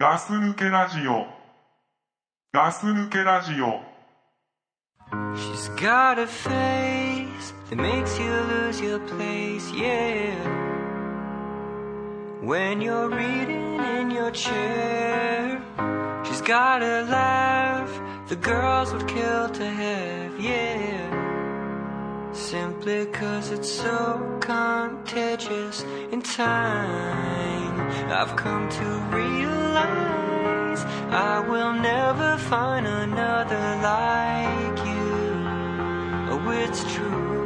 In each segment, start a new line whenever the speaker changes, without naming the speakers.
ガス抜けラジオ。ガス抜けラジオ。
She's got a face that makes you lose your place, yeah. When you're reading in your chair, she's got a laugh the girls would kill to have, yeah. Simply cause it's so contagious in time. I've come to realize I will never find another like you. Oh, it's true.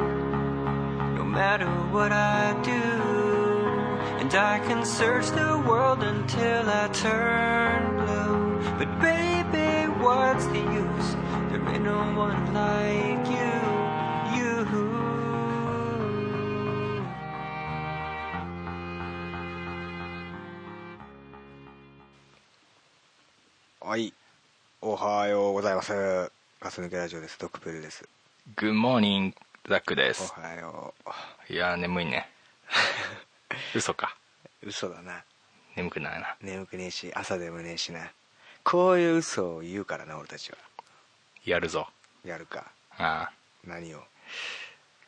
No matter what I do, and I can search the world until I turn blue. But baby, what's the use? There ain't no one like you. You.
はい。おはようございます。ガス抜けラジオです。ドックプルです。
グッモーニングザックです
おはよ
いやー眠い ね嘘か
う。嘘だな。
眠くないな
眠くねえし、朝でもねえしな。こういう嘘を言うからな、俺たちは。
やるぞ
やるか。
ああ
何を。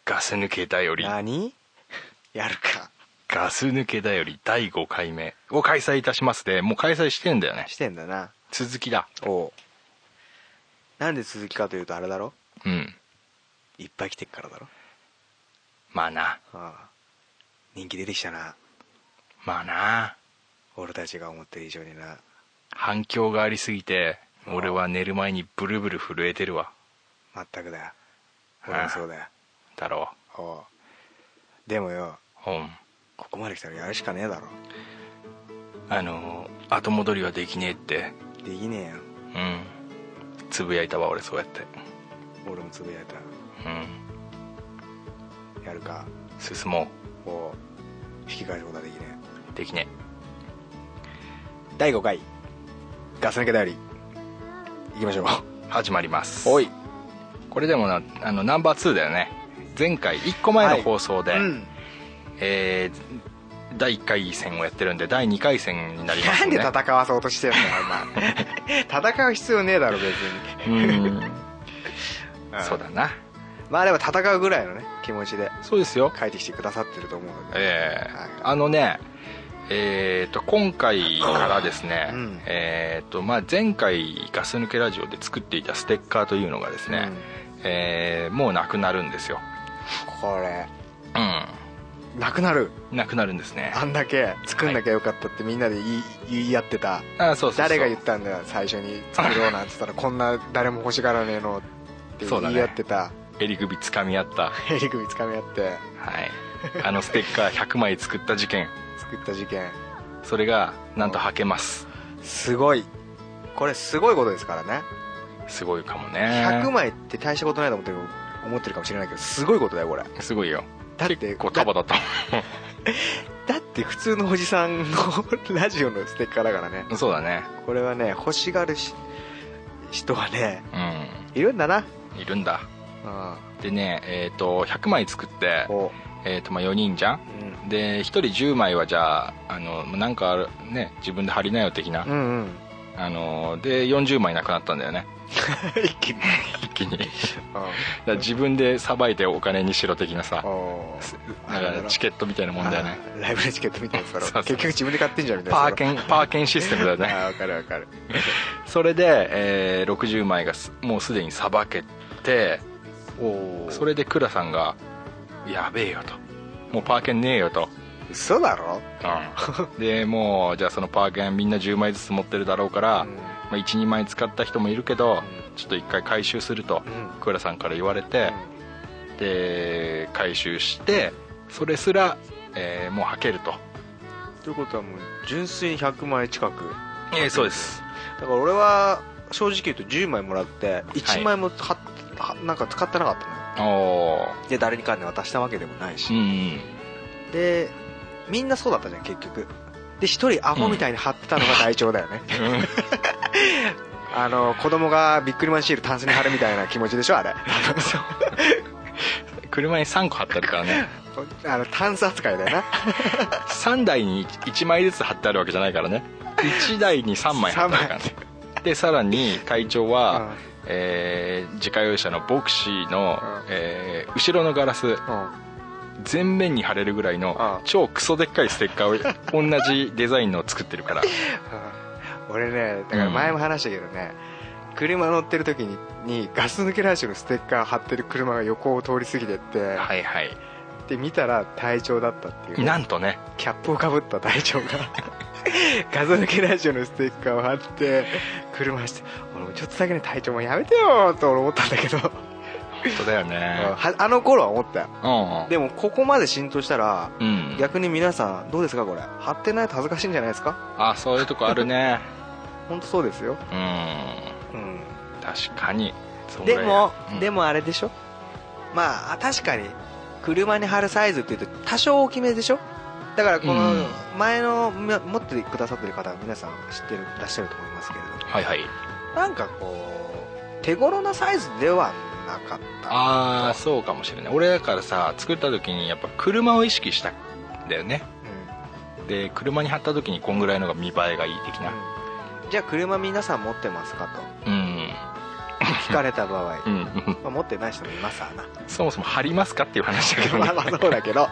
ガス抜けだより
何 やるか。
ガス抜けだより第5回目を開催いたしますでもう開催してんだよね
してんだな。
続きだ
おうなんで続きかというとあれだろ
うん
いっぱい来てっからだろ
まあな
ああ。人気出てきたな。
まあな
俺たちが思ってる以上にな。
反響がありすぎて
ああ
俺は寝る前にブルブル震えてるわ
まったくだよ。俺もそうだよ。
だろ
おうでもよ、
ううん
ここまで来たらやるしかねえだろ。
あのー後戻りはできねえって
できねえ
う
よ。
んつぶやいたわ俺そうやって
俺もつぶやいた
うん
やるか
進も
もう引き返すことはできね
うできねえ
え第5回ガス抜けだよりいきましょう
始まります
おい
これでもなあのナンバー2だよね前回1個前の放送で、
うん
えー第1回戦をやってるんで第2回戦になりま
な
す
ん
ね
で戦わそうとしてんだよお前 戦う必要ねえだろ別に、
うんそうだな
まあでも戦うぐらいのね気持ちで
そうですよ
書いてきてくださってると思うので、
えー
はい
あのねえー、と今回からですね、
うん
えーとまあ、前回ガス抜けラジオで作っていたステッカーというのがですね、えーもうなくなるんですよ
これ
う
なくなる
んなくなるんですね
あんだけ作んなきゃよかったってみんなで言い言い合ってた
あそうそうそう
誰が言ったんだよ最初に作ろうなん つったらこんな誰も欲しがらねえのって
そうだ
言
ね
い合ってた
襟首つかみ合った
襟首つかみ合って
はい、あのステッカー100枚作った事件
作った事件
それがなんとはけます
すごいこれすごいことですからね
すごいかもね
100枚って大したことないと思ってる思ってるかもしれないけどすごいことだよこれ
すごいよ
だって
結構束だった
だって普通のおじさんのラジオのステッカーだからね
そうだね
これはね欲しがるし人はね
う
いるんだな、
んいるんだ
うん、
でねえっ、と100枚作って、
こ
えーとまあ、4人じゃ
うんうん
で1人10枚はじゃああのなんかあるね自分で貼りなよ的な、
うんうん
あので40枚なくなったんだよね
一気に、
一気 にだか
う
ら自分でさばいてお金にしろ的なさ
ん、おー
なんかチケットみたいなもんだよね
あーライブのチケットみたいなやつ
そう
か
そう
ら結局自分で買ってんじゃんみたいな
パー ケンパーケンシステムだよ
あ
ね
ーわかるわかる
それで、えー60枚がすもうすでにさばけて
おお
それで倉さんが「やべえよ」と「もうパーケンねえよ」と、
嘘だろ、
でもうじゃあそのパーケンみんな10枚ずつ持ってるだろうから、
うん
まあ、12枚使った人もいるけど、
ん
ちょっと一回回収すると
うん
倉さんから言われて、で回収してそれすら、えーもうはけると、
ということはもう純粋に100枚近く
えーそうです
だから俺は正直言うと10枚もらって1枚もは、はなんか使ってなかったのよ
おお
で誰にかに渡したわけでもないし、
ーうん
でみんなそうだったじゃん結局で一人アホみたいに貼ってたのが台帳だよね、あの子供がビックリマンシールタンスに貼るみたいな気持ちでしょあ れ
車に3個貼ってあるからね
あのタンス扱いだよな
3台に1枚ずつ貼ってあるわけじゃないからね1台に3枚貼ってある感じでさらに隊長は、
うん
えー自家用車のボクシーの、
うん
えー後ろのガラス全面に貼れるぐらいの
うん
超クソでっかいステッカーを同じデザインのを作ってる から
俺ねだから前も話したけどね、車乗ってる時ににガス抜けラジオのステッカー貼ってる車が横を通り過ぎてって、
はいはい
で見たら隊長だったっていうね
なんとね
キャップをかぶった隊長が ガス抜けラジオのステッカーを貼って車走って俺もちょっとだけね隊長もやめてよと俺思ったんだけど、
本当だよね
はあの頃は思ったよ
うんうん
でもここまで浸透したら
うん
逆に皆さんどうですかこれ貼ってないと恥ずかしいんじゃないですか
あそういうとこあるね
本当そうですよ、
うん
うん、
確かにそれ
でも、
うん
でもあれでしょまあ確かに車に貼るサイズって言うと多少大きめでしょだからこの
うん
前のみ持ってくださってる方は皆さん知ってるらっしゃると思いますけれど
はいはい
なんかこう手頃なサイズではなかった
ああそうかもしれない俺だからさ作った時にやっぱ車を意識したんだよねで車に貼った時にこんぐらいのが見栄えがいい的な
うんじゃあ車皆さん持ってますか
うん、
と聞かれた場合、
う
ま
ん、
あ持ってない人もいますわな
そもそも貼りますかっていう話だけどね
まあまあそうだけど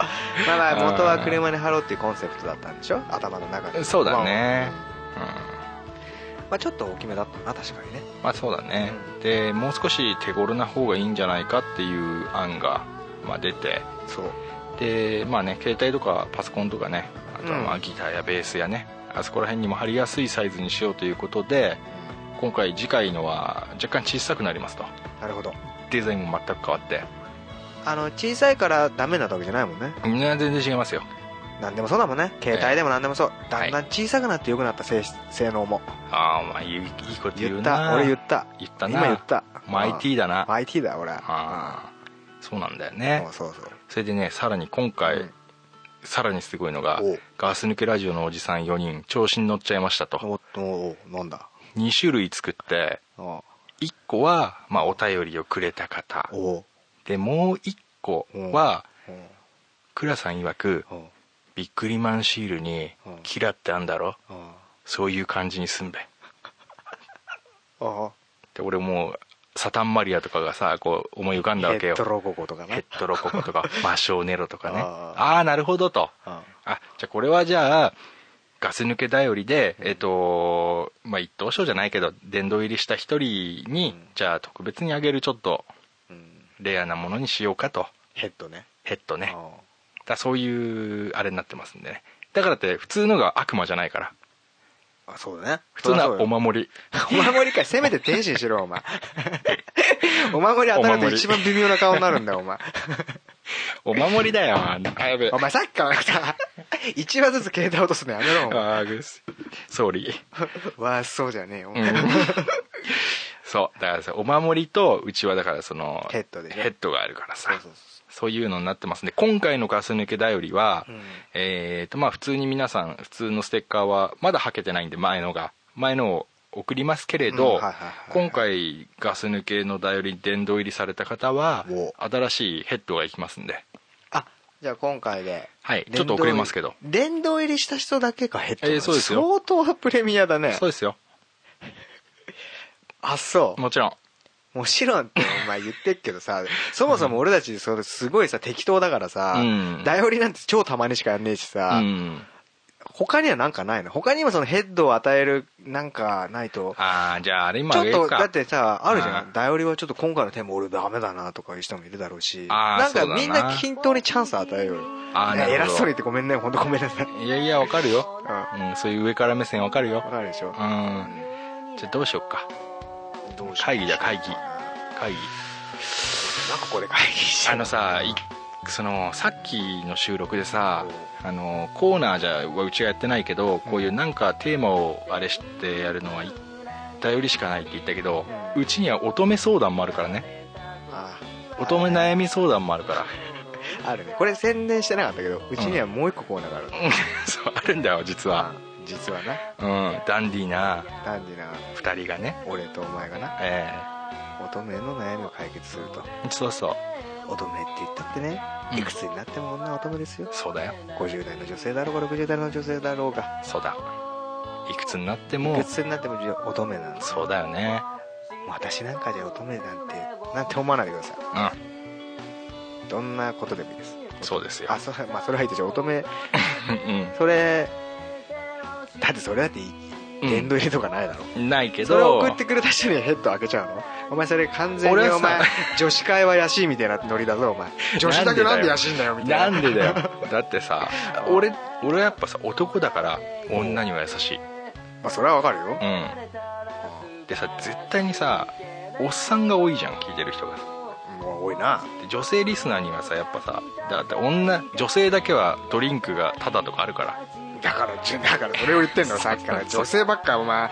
まあまあ元は車に貼ろうっていうコンセプトだったんでしょ頭の中で
そうだねうん
まあ、ちょっと大きめだったな確かにね
まあそうだねでもう少し手頃な方がいいんじゃないかっていう案が、まあ、出て
そう
でまあね携帯とかパソコンとかねあとはま
う
あギターやベースやね、あそこら辺にも貼りやすいサイズにしようということで今回次回のは若干小さくなりますと
なるほど
デザインも全く変わって
あの小さいからダメなわけじゃないもんね
みんな全然違いますよ
何でもそうだもんね携帯でも何でもそう、
え
だんだん小さくなって良くなった性性能も
ああまあいいいいこと言
言
う
っ
な
た俺言った
言ったな
今言った
マイティーだな
マイティーだ俺
ああそうなんだよ
うん
ね
そうそうそう
それでねさらに今回、
うん
さらにすごいのが
おう
ガス抜けラジオのおじさん4人調子に乗っちゃいましたと
おっとおう飲んだ
2種類作って
お
1個は、まあ、お便りをくれた方
おう
でもう1個は
うん
倉さん曰く
うん
ビックリマンシールに
うん
「キラってあんだろ
うん
そういう感じにすんべ」
おう
で俺もうサタンマリアとかがさこう思い浮かんだわけ
ヘ
よ
ッドロゴゴとか
ヘ
ね
ッドロココと か魔性ネロとかね
あ
ああーなるほどと
うん
あじゃあこれはじゃあガス抜け頼りでえっ、とまあ一等賞じゃないけど殿堂入りした一人に、
うん
じゃあ特別にあげるちょっと
うん
レアなものにしようかと
ヘッドね
ヘッドね
おう
だそういうあれになってますんでねだからって普通のが悪魔じゃないから
あそうだね
普通のはお
お
守り
守りかせめて天使にしろ お前お守り当たると一番微妙な顔になるんだよ お前
お守りだよあ やべえ
お前さっきからさ、1話ずつ携帯落とすのやめろ、お前
あーぐっすソーリー
わあ、そうじゃねえよ。
うん そうだからさお守りとうちはだからその
ヘッドでね
ヘッドがあるからさ
そうそうそ
そういうのになってますんで今回のガス抜けだよりは、
うん
えっ、とまあ普通に皆さん普通のステッカーはまだはけてないんで前のが前のを送りますけれ
うん
ど、
はいはいはい
今回ガス抜けのだより殿堂入りされた方は
お
新しいヘッドがいきますんで
あ、じゃあ今回で。
はい
殿堂
ちょっと遅れますけど
殿堂入りした人だけかヘッドが
えーそうですよ
相当プレミアだね
そうですよ
あそう
もちろん
もちろんってお前言ってっけどさそもそも俺たちそれすごいさ適当だからさ
うん
頼りなんて超たまにしかやんねえし
う
さ
ん
他にはなんかないの他にもそのヘッドを与えるなんかないと
ああじゃああれ今
ち
あ
ょっ
げる
と
か
だってさあるじゃ
うん
んダイオリはちょっと今回のテーマ俺ダメだなとかいう人もいるだろうし
あー
なん
そうだ
か
な
みんな均等にチャンス与えようよ
あー
い
な
や
るほど
偉そうに言ってごめんね本当ごめん なさいうん
いやいやわかるよ、
わ
うん、そういう上から目線わかるよ
かるでしょ
うんじゃあどうしよっか
どうしよう
会議だ会議会議
なんかこれ会議し
あのさいそのさっきの収録でさあのコーナーじゃうちはやってないけどこういうなんかテーマをあれしてやるのは頼りしかないって言ったけどうちには乙女相談もあるからね
あ
乙女悩み相談もあるから
ーあるねこれ宣伝してなかったけどうちにはもう一個コーナーがある
うんそうあるんだよ実は
実はな
うんダンディーな
ダンディな
2人がね
俺とお前がな
え
乙女の悩みを解決すると
えそうそう
乙女って言ったってね
うん
いくつになっても女は乙女ですよ
そうだよ
50代の女性だろうが60代の女性だろうが
そうだいくつになって
グ
も
ッズになっても乙女なんです
そうだよね
私なんかじゃ乙女なんてなんて思わないでください
うん
どんなことでもいいです
そうですよ
あそ,、まあ、それはいいとして乙女
うん
それだってそれだってい殿堂入りとかないだろ、
うんないけど
それを送ってくれた人にヘッド開けちゃうのお前それ完全に
俺はさ
お前女子会は安いみたいなノリだぞお前女子だけなんで安いんだよみたい
な
な
んでだよ だってさ俺俺はやっぱさ男だから女には優しい
まあ、それはわかるよ
うんでさ絶対にさおっさんが多いじゃん聞いてる人が
もう多いな
で女性リスナーにはさやっぱさだって女女性だけはドリンクがタダとかあるか
だからじゅだからそれを言ってんのさっきから女性ばっかお前
ら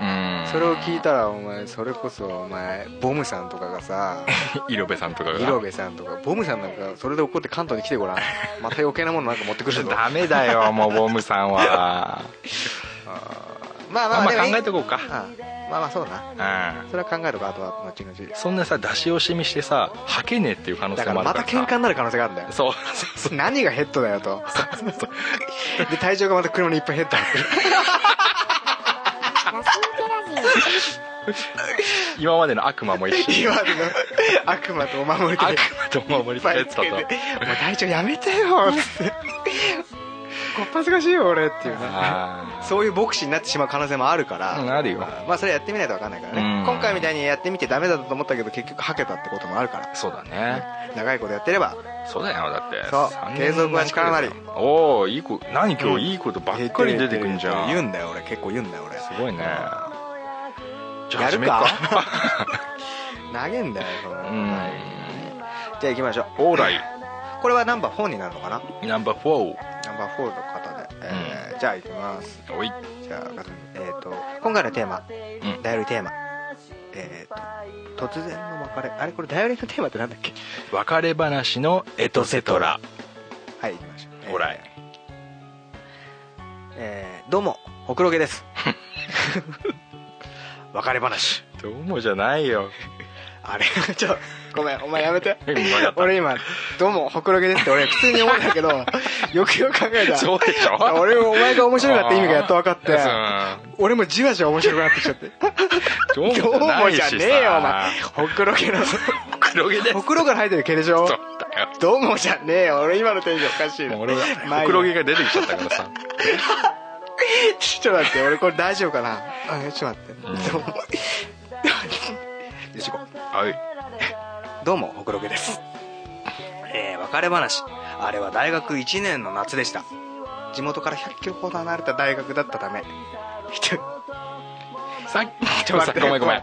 うん
それを聞いたらお前それこそお前ボムさんとかが さ
色部さんとかが
イロベさんとかボムさんなんかそれで怒って関東に来てごらんまた余計なものなんか持ってくるぞ
ダメだよもうボムさんは
まあま
あ
あ
んま
でもいい
考えとこうか
ああまあまあそうな
うん
それは考えとかあとは後々
そんなさ出し惜しみしてさ吐けねえっていう可能
だ
性
か
も
ら
ある
ま
から
た
さ
喧嘩になる可能性があるんだよ
そうそうそう
何がヘッドだよとで体調がまた車にいっぱいヘッド 入ってる
今までの悪魔も一緒 に
今までの悪魔とお守り
悪
で
魔とお守りペットと
もう隊長やめてよつってこっぱずかしいよ俺っていうね
あ
そういう牧師になってしまう可能性もあるから、
うんあるよ
まあ、まあそれやってみないと分かんないから
うん
ね今回みたいにやってみてダメだったと思ったけど結局はけたってこともあるから
ーそうだね
長いことやってれば
そうだよだって
そう
三年
継続は力なり
おおいい子何今
うん
日いいことばっかり出てくんじゃん
言うんだよ俺結構言うんだよ俺
すごいねじゃあ
や
始
る
めっか
か投げんだよその、
うん
じゃあ行きましょう
オーラ
これはナンバー4になるのかな
イナンバー4
ナンバー4の方で、えーじゃあ行きます
おい
じゃあガズミえー、と今回のテーマ、
うん
ダイオリテーマえー、と突然の別れあれこれダイオリのテーマってなんだっけ
別れ話のエトセトラ
はい行きましょうえー
オーライ
えーどうもほくろげです 別れ話
どうもじゃないよ
あれちょごめんお前やめて
うんわかった
俺今「どうもほくろげです」って俺普通に思うんだ けどよくよく考えた
そうでしょ
俺お前が面白いなって意味がやっと分かって
うん
俺もじわじわ面白くなってきちゃって
ど
どう
うも
もじ
じゃ
ゃ
ね
ね
え
え
よ
よ
お前
お前ほくろげの
黒 毛です
ほくろから生えてる毛でしょ
そうだよ
どうもじゃねえよ俺今のテンションおかしいな
もう俺は
まあいいや
黒毛が出てきちゃったからさ
ちょっと待って俺これ大丈夫かなあちょっと待って、どうもよし行こう
はい
どうもほくろげですえー、別れ話あれは大学1年の夏でした地元から100キロほど離れた大学だったためひと
さっき
ちょっと待って
ごめんごめん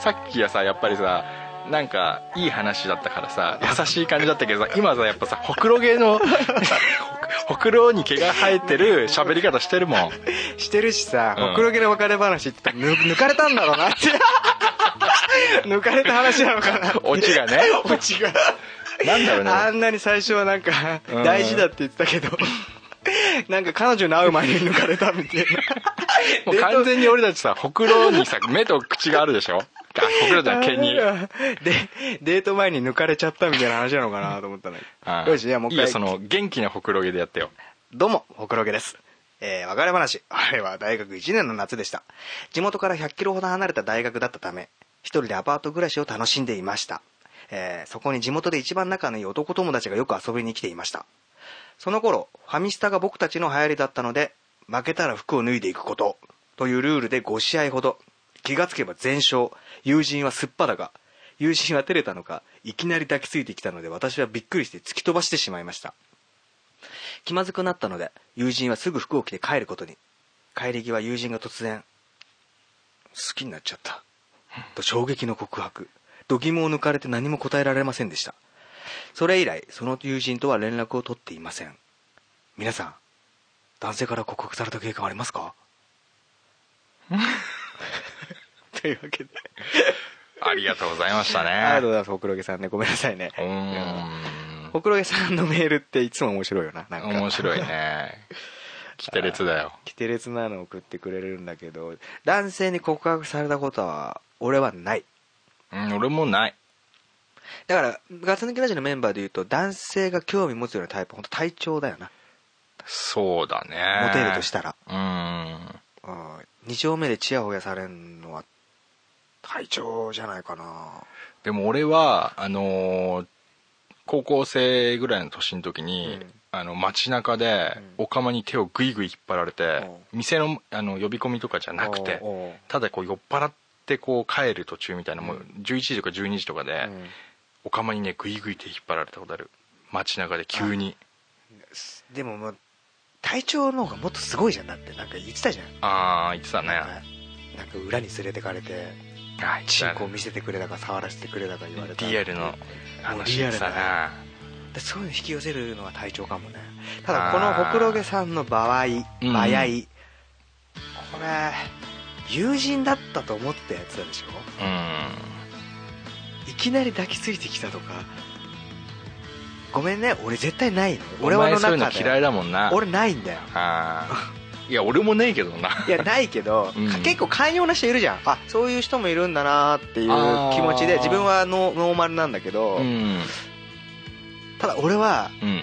さっきはさやっぱりさなんかいい話だったからさ優しい感じだったけどさ今さやっぱさほくろ系の ほくほくろに毛が生えてる喋り方してるもん
してるしさ、
うん
ほくろげの別れ話って言ったらぬ抜かれたんだろうなって 抜かれた話なのかなって
オチがね
オチが
なんだろうね
あんなに最初はなんか
うん
大事だって言ってたけど なんか彼女に会う前に抜かれたみたいな
もう完全に俺たちさほくろにさ目と口があるでしょあほくろじゃない毛 に
でデート前に抜かれちゃったみたいな話なのかなと思ったの
あ
によしじゃあもう一
いいよ
回
その元気なほくろ毛でやってよ
どうも、ほくろげです。えー、別れ話。あれは大学1年の夏でした。地元から100キロほど離れた大学だったため、一人でアパート暮らしを楽しんでいました。えー、そこに地元で一番仲のいい男友達がよく遊びに来ていました。その頃、ファミスタが僕たちの流行りだったので、負けたら服を脱いでいくこと、というルールで5試合ほど、気がつけば全勝、友人はすっぱだが、友人は照れたのか、いきなり抱きついてきたので私はびっくりして突き飛ばしてしまいました。気まずくなったので友人はすぐ服を着て帰ることに帰り際友人が突然「好きになっちゃった」と衝撃の告白度肝を抜かれて何も答えられませんでしたそれ以来その友人とは連絡を取っていません皆さん男性から告白された経験ありますか というわけで
ありがとうございましたね
ありがとうございますほくろげさんねごめんなさいね
う
うん
ー
ほくろげさんのメールっていつも面白いよななんか
ん面白い ねキテレツだよ
キテレツなの送ってくれるんだけど男性に告白されたことは俺はない
うん俺もない
だからガス抜きラジオのメンバーでいうと男性が興味持つようなタイプ本当体調だよな
そうだね
モテるとしたら、
うん
うん2丁目でチヤホヤされるのは隊長じゃないかな
でも俺はあのー高校生ぐらいの年の時に、
うん
あの街中でお釜に手をグイグイ引っ張られて、店のあの呼び込みとかじゃなくて
おうおう
ただこう酔っ払ってこう帰る途中みたいなもう11時とか12時とかで、お釜にねグイグイ手引っ張られたことある街中で急に
うんでももう隊長の方がもっとすごいじゃんだってなんか言ってたじゃん
ああー言ってたね
なんか裏に連れてかれて
あー
チ
言
ン
ってた
コを見せてくれたか触らせてくれたか言われた
ねリアルの話言ってた
もうリアル
な
でそういうの引き寄せるのは体調かもねただこのほくろげさんの場合
うん
場合、これ友人だったと思ってやってたでしょ
うん
いきなり抱きついてきたとかごめんね俺絶対ないの俺はあの
お前そう
中
いうの嫌い
で
だもんな
俺ないんだよ
あ ーいや俺もねえけどない
やないけど、
うん
か結構寛容な人いるじゃんあそういう人もいるんだなっていう気持ちで
あー
自分はノーノーマルなんだけど、
うん
ただ俺は
うん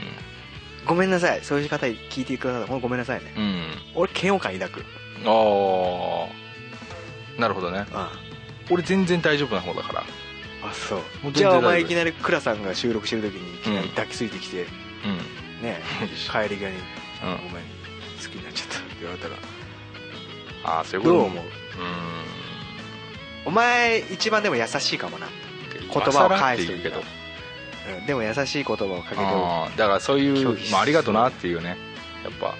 ごめんなさいそういう方聞いてくださいもうごめんなさいね
うん
俺嫌悪感抱く、うん、
ああなるほどね
あ
俺全然大丈夫な方だから
そ
も
う
う全然
じゃあ
大
お
丈夫
前
です
いきなり倉さんが収録してる時にいきなり抱きついてき
う
て、
ん
ね帰り際に「
うん
ごめん好きになっちゃった」って言われたら
ああそういうこと
どう思う
う
お前一番でも優しいかもな、
ん
言葉を返す
今更って言うけど
うん、でも優しい言葉をかけてあ
あーだからそうい
拒否
う、
し
まあ、ありがとうなっていうねやっぱ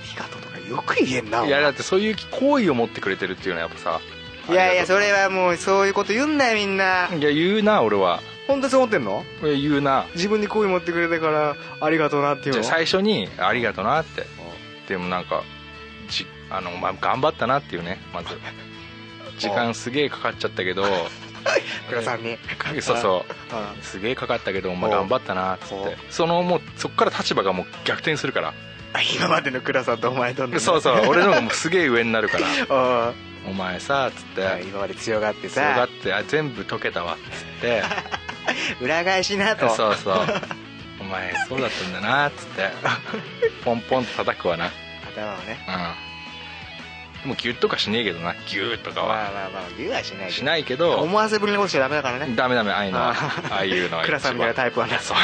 りがとうとかよく言えんなお
い
前
やだってそういう行為を持ってくれてるっていうのはやっぱさ
いやいやそ
あり
れはもうそういうこと言うんだよみんな
がとういや言うな俺は
本当にそう思ってんの
いや言うな
自分で好意持ってくれたからありがとうなっていう
じゃ
の
あ最初に「ありがとうな」ってでもなんかじあのお前頑張ったなっていうねまず時間すげえかかっちゃったけど
倉さんに
そうそう
あ
すげえかかったけどお前
お
頑張ったなっつっ
お
てそのもうそっから立場がもう逆転するから
今までの倉さんとお前との
そうそう俺の方がもうすげえ上になるから
あ
お前さっつって
あ今まで強がって
そうだ
さ
ってあ全部解けたわっつって
裏返しなと
そうそうお前そうだったんだなっつってポンポンと叩くわなうん
頭をね
でもギュッとかしねえけどなギュッとかは
まあまあまあ言うはしない
し
い
ないけど
思わせぶりなことしちゃダメだからね
ダメダメああいうのは
あー
ああいうのは
倉さんみたいなタイプはな
そう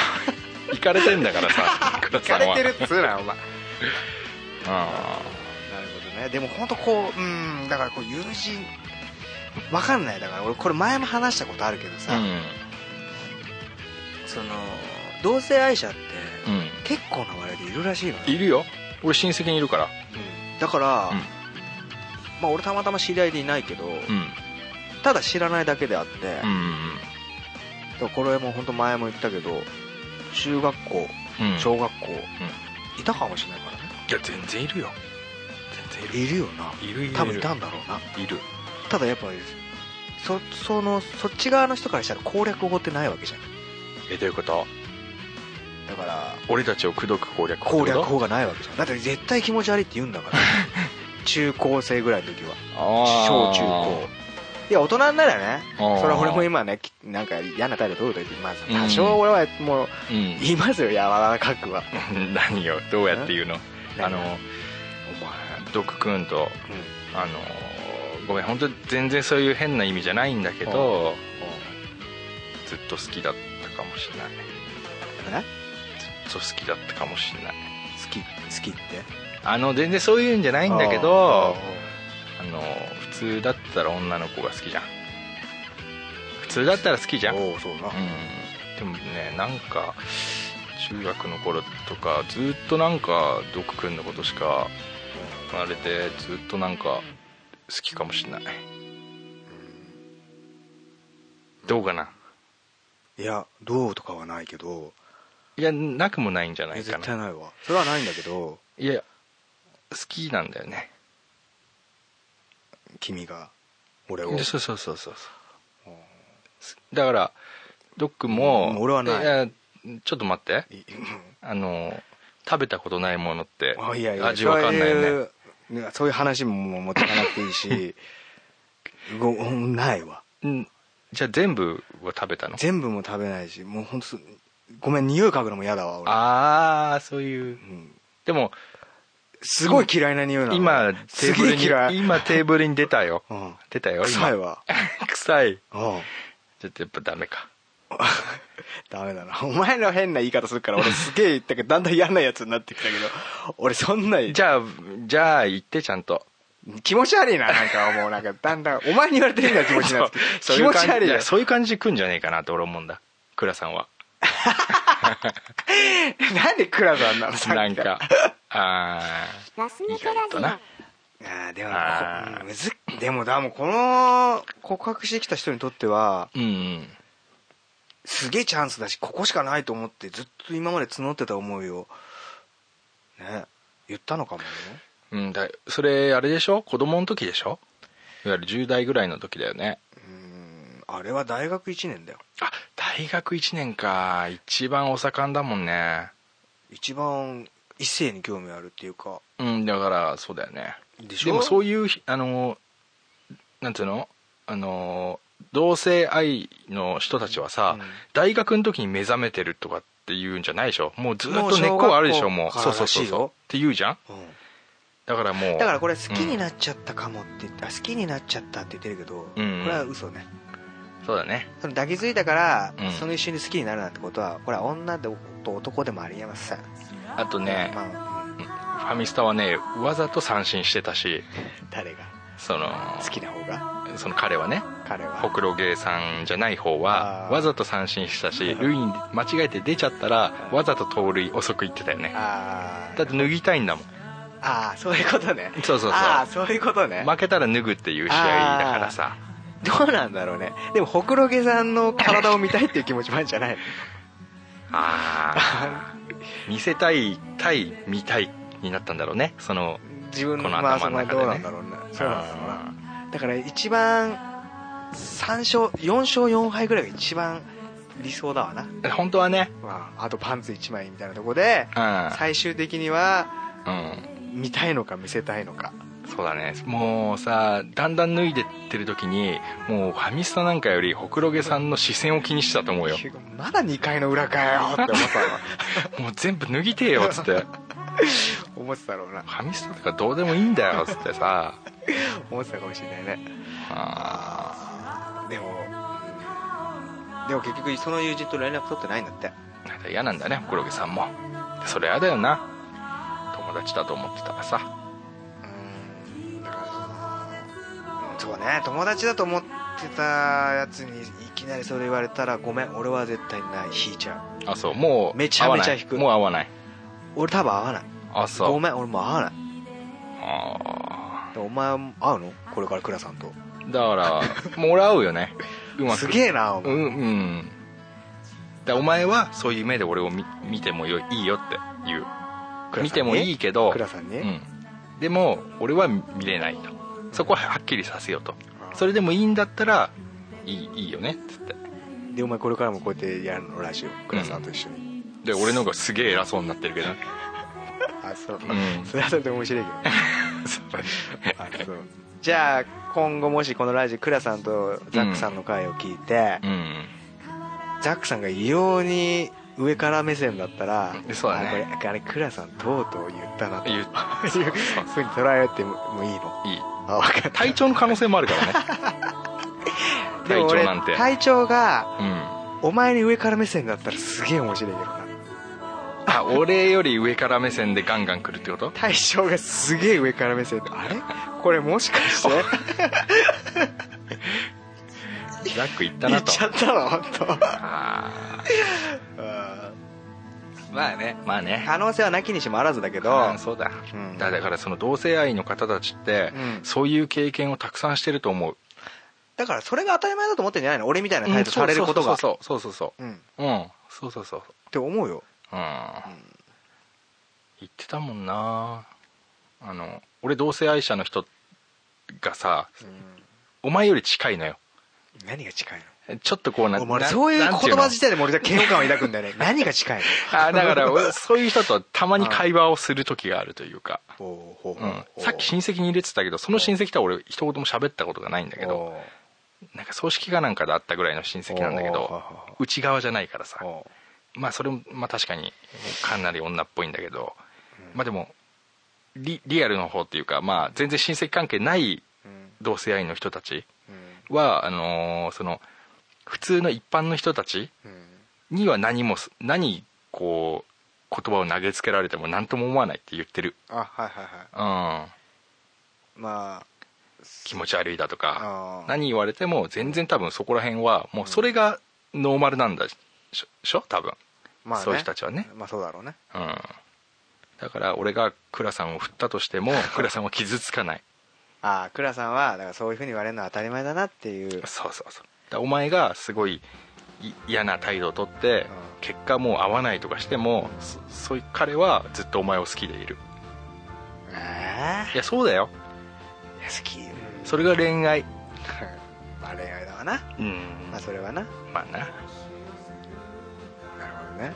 行かれてんだからさ 倉さ
疲
んは
れてるっつうなお前なる
う
ほどねでも本当こううんだからこう友人わかんないだから俺これ前も話したことあるけどさ、
んうん
その同性愛者って
うん
結構な割合でいるらしいの
い
ね、
るよ俺親戚にいるから
だから、
うん
まあ俺たまたま知り合いでいないけど、
うん
ただ知らないだけであって、
うんうん
でもこれも本当前も言ったけど中学校
うんうん
小学校、いたかもしれないからね
いや全然いるよ全然いる
いるよない
るいる
多分いたんだろうない
る
ただやっぱりそそのそっち側の人からしたら攻略法ってないわけじゃん
えどういうこと
だから
俺たちを口説く攻略法っ
攻
て
略
こと
法がないわけじゃんだって絶対気持ち悪いって言うん だから中高生ぐらいの時は
あー
小中高いや大人になりゃね
あー
それは俺も今ねきなんか嫌な態度取ると言ってまあ
うん
多少俺はもう
うん
言いますよ柔らか くは
何よどうやって言うのあのお前ドクくんと
うんうん
あのごめん本当全然そういう変な意味じゃないんだけどずっと好きだったかもしれない
え
ずっと好きだったかもしれない
好き好きって
あの全然そういうんじゃな
ない
んだけどあの普通だったら女の子が好きじゃん普通だったら好きじゃん、うん、
おおそうな
でもねなんか中学の頃とかずっとなんかドク君のことしかあれでずっとなんか好きかもしれないどうかない
やどうとかはないけど
いやなくもないんじゃないい
や
か
絶対
な
ないわそれはないんだけど
いや好きなんだよね
君が俺を
でそうそうそうそうそうだからドックも
うん俺はない
やちょっと待って
い
あの食べたことないものって
あいやいや
味わかんないよね
そういうそういう話ももう持ってかなくていいし ごうんないわ
うんじゃあ全部は食べたの
全部も食べないしもう本当すごめん匂い嗅ぐのも嫌だわ俺
ああそういう
うん
でも
すごい嫌いな匂いなの
今テ
す
ーブ
げ
ル
え嫌
に
い
今テーブルに出たよ、
うん
出たよ今
臭いわ
臭い
うん
ちょっとやっぱダメか
ダメだなお前の変な言い方するから俺すげえ言ったけどだんだん嫌なやつになってきたけど俺そんな
じゃあじゃあ行ってちゃんと
気持ち悪いななんかもうなんかだんだんお前に言われてるような気持ちになってきて
そうそうう
気持
感
ち
じ
悪い
い
よ
やそういう感じで来んじゃねえかなと俺思うんだ倉さんは
なんでクラさんなのさっきから
なんか あ
ガス
あい
抜
い
けラ
か
ジ
と
オ
な
あーでも
あー
こむずでもだもうこの告白してきた人にとっては
うんうん
すげえチャンスだしここしかないと思ってずっと今まで募ってた思いをね言ったのかもよ
うんだそれあれでしょ子供の時でしょいわゆる10代ぐらいの時だよね
うんあれは大学1年だよ
あ大学1年か一番お盛んだもんね
一番異性に興味あるっていうか
うんだからそうだよね
でし
で
ょ
もそういうひあのなんていうのあの同性愛の人たちはさ、
うん
大学の時に目覚めてるとかっていうんじゃないでしょもうずっと根っこはあるでしょも
もう
う
小学校
そうそうそう
かららしい
そう
よ
って言うじゃん
うん
だからもう
だからこれ好きに
っ
なっちゃったかもって言って、あ好きになっちゃったって言ってるけど、
うん
これは嘘ね
そうだね
その抱きついたから、
うん
その一瞬に好きになるなんてことはこれは女でと男でもありえません、
あとね
まあ、
ファミスタはねわざと三振してたし
誰が
その
好きな方が
その彼はね
彼は
ほくろゲーさんじゃない方
あ
は
ー
わざと三振した し塁に間違えて出ちゃったらわざと盗塁遅く行ってたよね
あ
だって脱ぎたいんだもん
ーあーそういうことね
そうそうそう
ああそういうことね、
負けたら脱ぐっていう試合だからさ
どうなんだろうねでもほくろげさんの体を見たいっていう気持ちもあるんじゃないの
ああー見せたい対見たいになったんだろうねその
自分の
この
まあそ
頭
こ
の
は
中でね
どうなんだろうねそうなんだろうなだから一番3勝4勝4敗ぐらいが一番理想だわな、
うん本当はね
まあ、あとパンツ1枚みたいなとこで
う
最終的には
ん、うん、
見たいのか見せたいのか
そうだねもうさだんだん脱いでってる時にもうファミスタなんかよりほくろげさんの視線を気にしてたと思う よ
まだ2階の裏かよって思ってたわ
もう全部脱ぎてえよっつって
思ってたろうな
ファミスタとかどうでもいいんだ よっつってさ
思ってたかもしれないね
あ
でもでも結局その友人と連絡取ってないんだって
ーなんか嫌なんだねほくろげさんもでそれ嫌だよな友達だと思ってたらさ
うんだからそうね友達だと思ってたやつにいきなりそれ言われたらごめん俺は絶対ない引いちゃう
あそうもう
めちゃめち
合わな
ゃ
い
引く
もう合わない
俺多分合わない
あそう
ごめん俺もう合わない
あ
でお前も合うのこれから倉さんと
ーだからもう俺合うよ ねうますく
げえなお
う
前
んうんだお前はそういう目で俺を見見てもよいいよって言う
倉さんに
見てもいいけど
倉さんに
うん、でも俺は見れないとそこははっきりさせようとそれでもいいんだったらいいいいよねっつって
でお前これからもこうやってやるのラジオ倉さんと一緒に、
で俺の方がすげえ偉そうになってるけどね
あそう、
うん
それはそれで面白いけどあそうじゃあ今後もしこのラジオ倉さんとザックさんの回を聞いて、
うん
ザックさんが異様に上から目線だったら、
うんそうだね
あこれあれ倉さんとうとう言ったなとい
言
う
う
そういうふうに捉えてももういいの
いい
あ分かっ
体調の可能性もあるからね
たで
体
も俺
調なんて
隊長が
うん
お前に上から目線だったらすげえ面白いけどな
あ俺より上から目線でガンガン来るってこと
大将がすげえ上から目線であれこれもしかして
ザック行った
言
な
っ
と
ちゃったの本
あ
当まあね
ーまあね
可能性はなきにしもあらずだけど
あーそうだ,、
うん
だだからその同性愛の方たちって、
うん
そういう経験をたくさんしてると思う
だからそれが当たり前だと思ってんじゃないの俺みたいな態度されることが
そうそうそうそう
うんっ
そううんそうそうそう
て思うよ
うん、言ってたもんなあの俺同性愛者の人がさ、お前より近いのよ
何が近いの
ちょっとこうな
俺もね
な
そういう言
なんてうの
葉自体でも俺が嫌悪感を抱くんだよね何が近い
あだから俺そういう人とたまに会話をする時があるというか、
のほうほう
う、
ほうん
さっき親戚に入れてたけどその親戚とは俺一言も喋ったことがないんだけど
おう
なんか葬式かなんかで会ったぐらいの親戚なんだけ
お
ど
ー
内側じゃないからさ
おう
まあそれもまあ確かにかなり女っぽいんだけどまあでもリリアルの方っていうか、まあ、全然親戚関係ない同性愛の人たち
うん
はあのーその普通の一般の人たち
うん
には何もす何こう言葉を投げつけられても何とも思わないって言ってる、
あはいはいはい
うん、
まあ
気持ち悪いだとか
あー
何言われても全然多分そこら辺はもうそれがノーマルなんだしししょ多分、
まあ、ね、
そういう人たちはね
まあそうだろうね
うん、だから俺が倉さんを振ったとして も倉さんは傷つかない
ああ倉さんはだからそういうふうに言われるのは当たり前だなっていう
そうそうそうだお前がすごいい嫌な態度をとって
うん
結果もう合わないとかしてもそそういう彼はずっとお前を好きでいる
え
いやそうだよ
え好きうん
それが恋愛
まあ恋愛だわな
うん
まあそれはな
まあな
なるほどね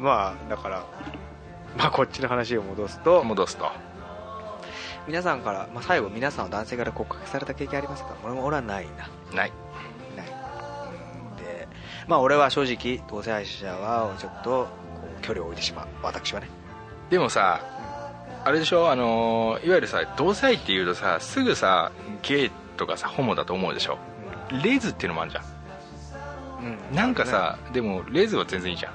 う
まあだからまあこっちの話を戻す
ん
と
戻すと
皆さんから、まあ、最後皆さんは男性から告白された経験ありますか俺も俺はないな
ない
ないうんでまあ俺は正直同性愛者はちょっとこう距離を置いてしまう私はね
でもさあれでしょあのーいわゆるさ同性愛っていうとさすぐさゲイとかさホモだと思うでしょレズっていうのもあるじゃん
うん
なんかさでもレズは全然いいじゃん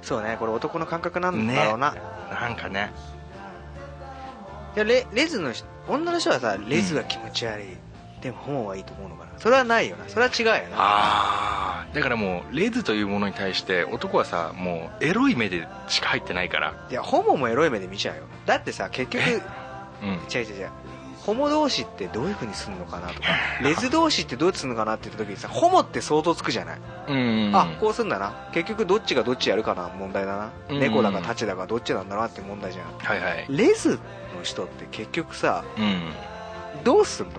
そうねこれ男の感覚なんだろうな、
なんかね
いやレレズの人女の人はさレズが気持ち悪い、でもホモはいいと思うのかなそれはないよなそれは違うよな
ああだからもうレズというものに対して男はさもうエロい目でしか入ってないから
いやホモもエロい目で見ちゃうよだってさ結局違う
うん
違う違うホモ同士ってどういう風にすんのか なとかレズ同士ってどうすんのかなって言った時にさホモって想像つくじゃない、
うん
あこうすんだな結局どっちがどっちやるかな問題だな、
うん
猫だかタチだかどっちなんだなって問題じゃん
はいはい
レズの人って結局さ
うん
どうすんの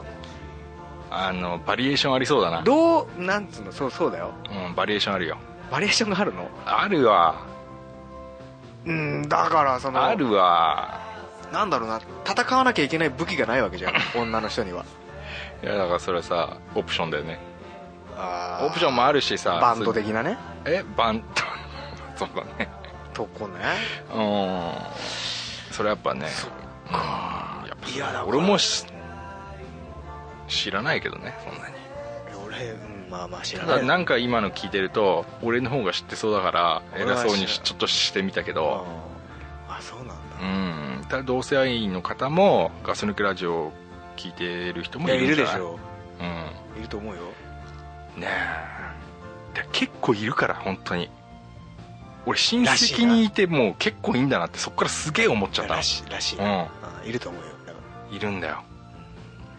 あのバリエーションありそうだな
どうなんつうのそうそうだよ
うんバリエーションあるよ
バリエーションがあるの
あるわ
うんだからその
あるわ
なんだろうな戦わなきゃいけない武器がないわ けじゃん女の人にはい
やだからそれはさオプションだよね
オ
オプションもあるしさ
バンド的なね
えバンド そうだね
とこね
うんそれやっぱねうんやっぱ
いやだから
俺もし知らないけどねそんなに
俺、うん、まあまあ知ら
た
ない
だなんか今の聞いてると俺の方が知ってそうだから
俺は
偉そうに
知らない
ちょっとしてみたけ
うん
ど
あそうなんだ
うんただ同性愛の方もガス抜けラジオを聞いてる人も
い
い
や
る
い
ん
る
じゃ
で
ない
しょ
うん
いると思うよ
ねえで結構いるから本当に俺親
らし
戚
いな
にいてもう結構いいんだなってそっからすげえ思っちゃったの
らしいらしい、
うん
うんいると思うよだか
いるんだよ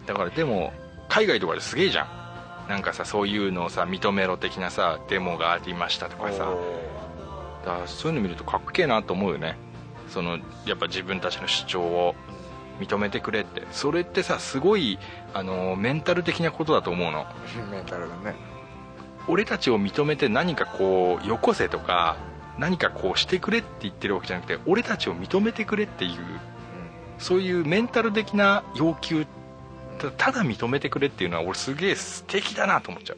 だからでも海外とかですげえじゃんなんかさそういうのをさ認めろ的なさデモがありましたとからさだからそういうの見るとかっけえなと思うよねそのやっぱ自分たちの主張を認めてくれってそれってさすごいあのメンタル的なことだと思うの
メンタルだね
俺たちを認めて何かこうよこせとか何かこうしてくれって言ってるわけじゃなくて俺たちを認めてくれっていうそういうメンタル的な要求たただ認めてくれっていうのは俺すげえ素敵だなと思っちゃう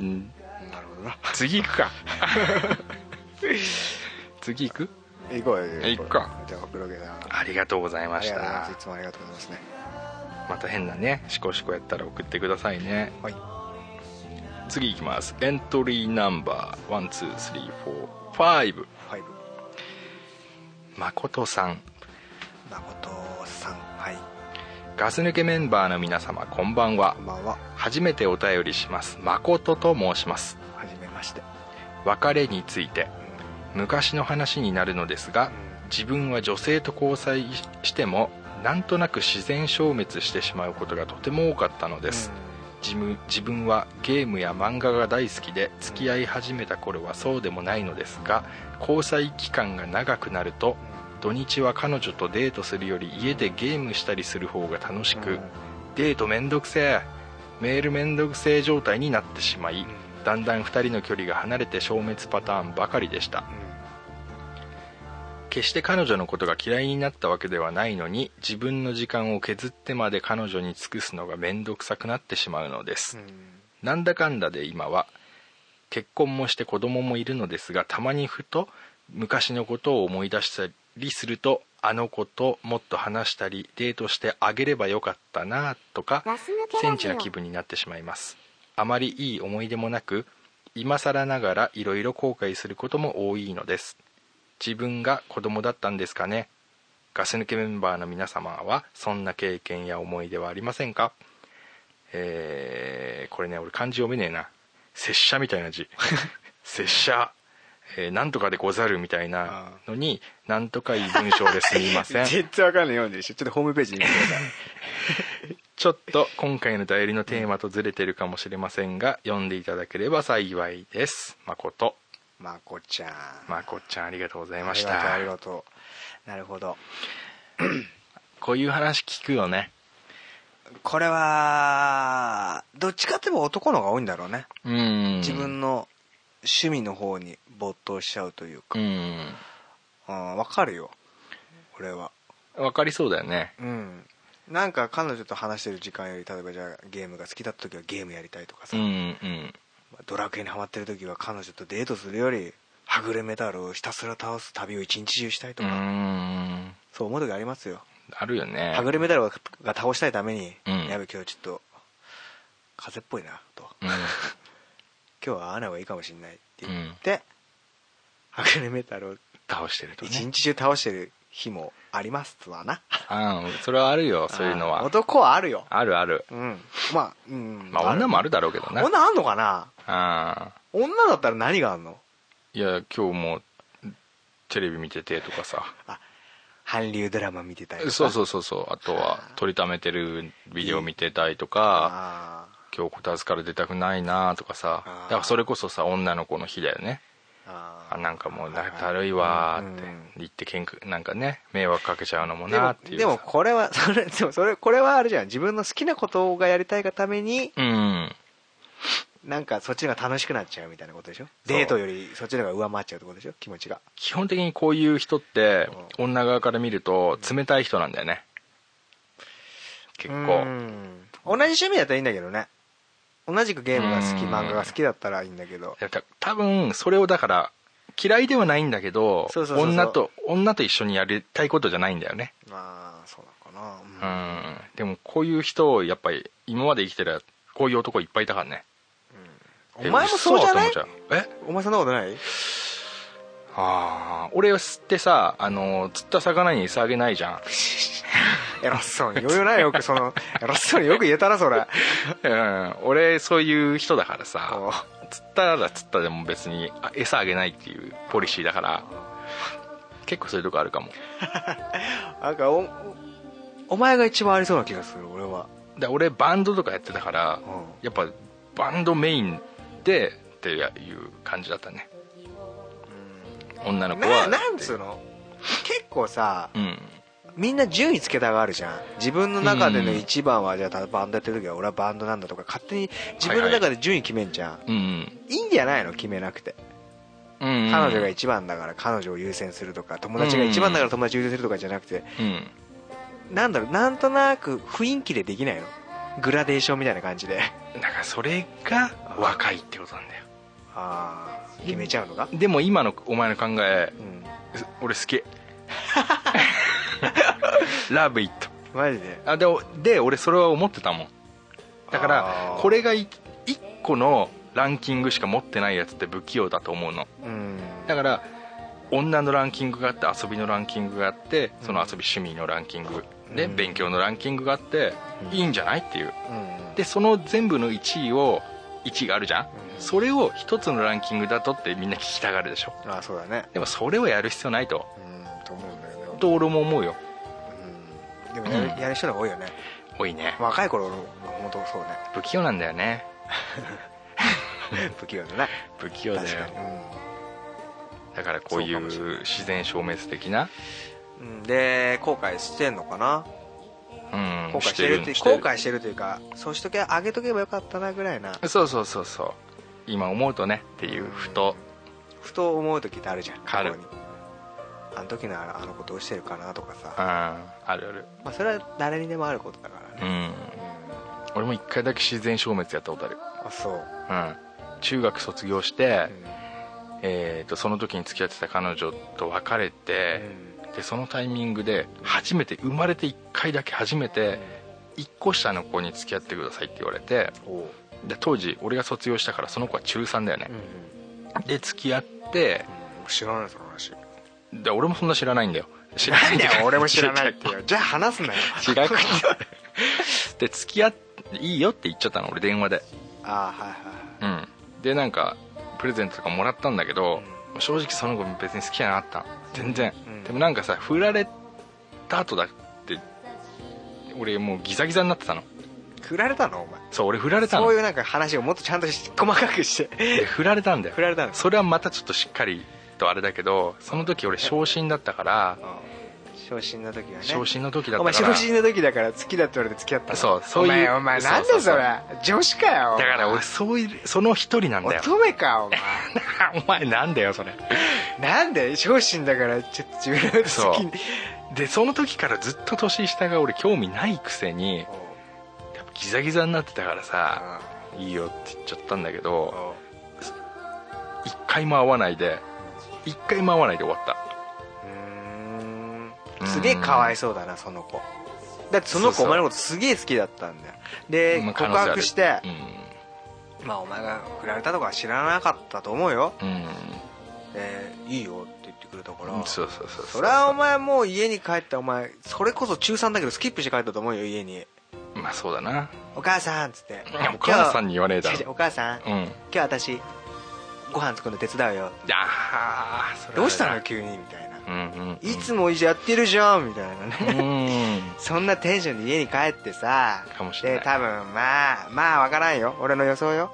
うん
うんなるほどな
次行く か次行く
行こうよ
行こう
じゃあ黒毛さん
ありがとうござい
あ
ま
り
し
がとうございま
た
すいつもありがとうございますね
また変なねシコシコやったら送ってくださいね
はい
次行きますエントリーナンバー12345
ファイブ
誠さん
誠さんはい
ガス抜けメンバーの皆様こんばんは
こんばんは
初めてお便りします誠と申します
はじめまして
別れについて昔の話になるのですが自分は女性と交際してもなんとなく自然消滅してしまうことがとても多かったのです、自分自分はゲームや漫画が大好きで付き合い始めた頃はそうでもないのですが交際期間が長くなると土日は彼女とデートするより家でゲームしたりする方が楽しく、
うん
デートめんどくせえメールめんどくせえ状態になってしまいだんだん2人の距離が離れて消滅パターンばかりでした決して彼女のことが嫌いになったわけではないのに自分の時間を削ってまで彼女に尽くすのが面倒くさくなってしまうのです、なんだかんだで今は結婚もして子供もいるのですがたまにふと昔のことを思い出したりするとあの子ともっと話したりデートしてあげればよかったなとか
ガス抜け
セ
ラ
ンチ
ジ
な
オ
気分になってしまいますあまりいい思い出もなく今更ながらいろいろ後悔することも多いのです自分が子供だったんですかねガス抜けメンバーの皆様はそんな経験や思い出はありませんかえーこれね俺漢字読めねえな拙者みたいな 字拙者、えーなんとかでござるみたいなのになんとかいい文章ですみま せん
全然わかんないようにでしょちょっとホームページに見てくだ さい
ちょっと今回の代理のテーマとずれてるかもしれませんが読んでいただければ幸いですまこと
まこちゃん
まこっちゃんありがとうございま
あり
し
がとう
た
ありがとうなるほど
こういう話聞くよね
これはどっちかって言えば男の方が多いんだろうね、
うん
自分の趣味の方に没頭しちゃうという
う
か、
ん
うん、わかるよ俺は
わかりそうだよね
うんなんか彼女と話してる時間より例えばじゃあゲームが好きだった時はゲームやりたいとか
う
さ、
んうん
ドラクエにハマってる時は彼女とデートするよりはぐれメダルをひたすら倒す旅を一日中したいと
う
か、
ん
そう思う時ありますよ
あるよね
はぐれメダルが倒したいために、
うん
やべ今日ちょっと風邪っぽいなと
うん
今日は会わない方がいいかもしれないって
う
言
ん
って、はぐれメダルを
倒してると
一
ね
日中倒してる日もありますわな
ああそれはあるよそういうの
あー
は
男はあるよ
あるある
うんまあ、うん、
まあ女もあるだろうけどな
女あんのかな
ああ
女だったら何があんの
いや今日もテレビ見ててとかさ
韓流ドラマ見てたりとか
そうそううそうそうあとは撮りためてるビデオ見てたいとか
あー
今日こたつから出たくないなとかさ
あー
だからそれこそさ女の子の日だよね
あー
あなんかもう
はいは
だ
い
だるいわーっ
う
て
ん
言ってけんくなんかね迷惑かけちゃうのも
で
なー
も
っていう
でも
さ
これは それでもそれこれはあるじゃん自分の好きなことがやりたいがために
うん
なんかそっちの方が楽しくなっちゃうみたいなことでしょデートよりそっちの方が上回っちゃうってことでしょ気持ちが
基本的にこういう人って女側から見ると冷たい人なんだよね結
う
構
ん同じ趣味だったらいいんだけどね同じくゲームが好き
うん
漫画が好きだったらいいんだけど
いやた多分それをだから嫌いではないんだけど
そうそうそうそう
女と女と一緒にやりたいことじゃないんだよね
まあそうなのか
う
な、うん
んでもこういう人をやっぱり今まで生きてるこういう男いっぱいいたからね
お前もそうじゃな
え
い
嘘と思っちゃうえ
お前そんなことない
ああ俺ってさあの釣った魚に餌あげないじゃん
偉そうに余裕ないよくその偉そうによく言えたなそれ
うん俺そういう人だから
おう
さ釣ったら釣ったでも別にあ餌あげないっていうポリシーだから結構そういうとこあるかも
なんかおお前が一番ありそうな気がする俺は
で俺バンドとかやってたから
うん
やっぱバンドメインでっていう感じだったね女の子
な
は
なんつうの結構さ
うん
みんな順位つけたがあるじゃん自分の中での
うん
一番はじゃあバンドやってる時は俺はバンドなんだとか勝手に自分の中で順位決めんじゃん、
うん
い、いんじゃないの決めなくて、
うん
彼女が一番だから彼女を優先するとか友達が一番だから友達を優先するとかじゃなくて、
うん
なんだろうなんとなく雰囲気でできないのグラデーションみたいな感じで
だからそれが若いってことなんだよ
ああ決めちゃうのが
でも今のお前の考え
うん
す俺好 きラブイット
マジで
あでで俺それは思ってたもんだか
あ
ら
ー
これが1個のランキングしか持ってないやつって不器用だと思うの
うん
だから女のランキングがあって遊びのランキングがあってその遊び趣味のランキングで
うん
勉強のランキングがあって
うん
いいんじゃないっていう
うん
でその全部の1位を1位があるじゃん
うん
それを1つのランキングだとってみんな聞きたがるでしょ
ああそうだね
でもそれをやる必要ないと
うんと思うんだよね
ほんと俺も思うよ
うんでもやる,、
うん
やる人の方が多いよね
多いね
若い頃の本当そう ね
不器用なんだよね
不器用だね
不器用だよ
確か
だからこうい
そうかもしれな
う自然消滅的な
に、うん、で後悔してんのかな
うん
後悔してるって
し
後悔してるというかそうしとけあげとけばよかったなぐらいな
そうそうそうそう今思うとねっていうふと
ふと思う時ってあるじゃん過
あ
去
る
にあの時のあのあの子どうしてるかなとか
うん
さ、
あるある
まあ、それは誰にでもあることだから
う
ね、
ん俺も一回だけ自然消滅やったことある
あそう、
うん中学卒業して、
うん
えー、とその時に付き合ってた彼女と別れて、でそのタイミングで初めて生まれて1回だけ初めて1個下の子に付き合ってくださいって言われて
おう
で当時俺が卒業したからその子は中3だよね
うん、
で付き合って
知らないそ の話
で俺もそんな知らないんだよ知ら
なんだよ俺も知らない
違
ってよじゃあ話すなよ
う違うで付き合っていいよって言っちゃったの俺電話で
ああはいはい
うんでなんかプレゼントとかもらったんだけど、正直その子別に好きじゃなかった全然、
うん
でもなんかさ振られた後だって俺もうギザギザになってたの
振られたのお前
そう俺振られたの
そういうなんか話をもっとちゃんとし細かくして
で振られたんだよ
振られたんです
それはまたちょっとしっかりとあれだけどその時俺昇進だったから
昇進の時はね
昇進の時だ
お
った
前
か
昇
ら
進の時だから好きだって言われて付き合ったの
そうそういう
お前お前
そう
なんで
そうそう
それ女子かよ
だから俺そういうその一人なんだよ
乙女かお前
お前なんだよそれ
なんで昇進だからちょっと自分のこと好きに
でその時からずっと年下が俺興味ないくせにやっぱギザギザになってたからさいいよって言っちゃったんだけど一回も会わないで一回も会わないで終わった
うーんすげえかわいそうだなその子だってその
そうそ
子
う
お前のことすげえ好きだったんだよで
まあ
告
可能性ある
白して
う
まあお前が振られたとかは知らなかったと思うよ
んうん
えーいいよって言ってくれたから
そうそうそう
それはお前もう家に帰ってお前それこそ中3だけどスキップして帰ったと思うよ家に
まあそうだな
「お母さん」っつって
いやお母さんに言わねえだ
違う違う
ろ
お母さん今
うん
日私ご飯作るの手伝うよ
ああそれは
どうしたの急にみたいな
うんうん
いつもやってるじゃんみたいな
う
ね
ん
そんなテンションで家に帰ってさ
かもしれ
で
ない
多分まあまあわからんよ俺の予想よ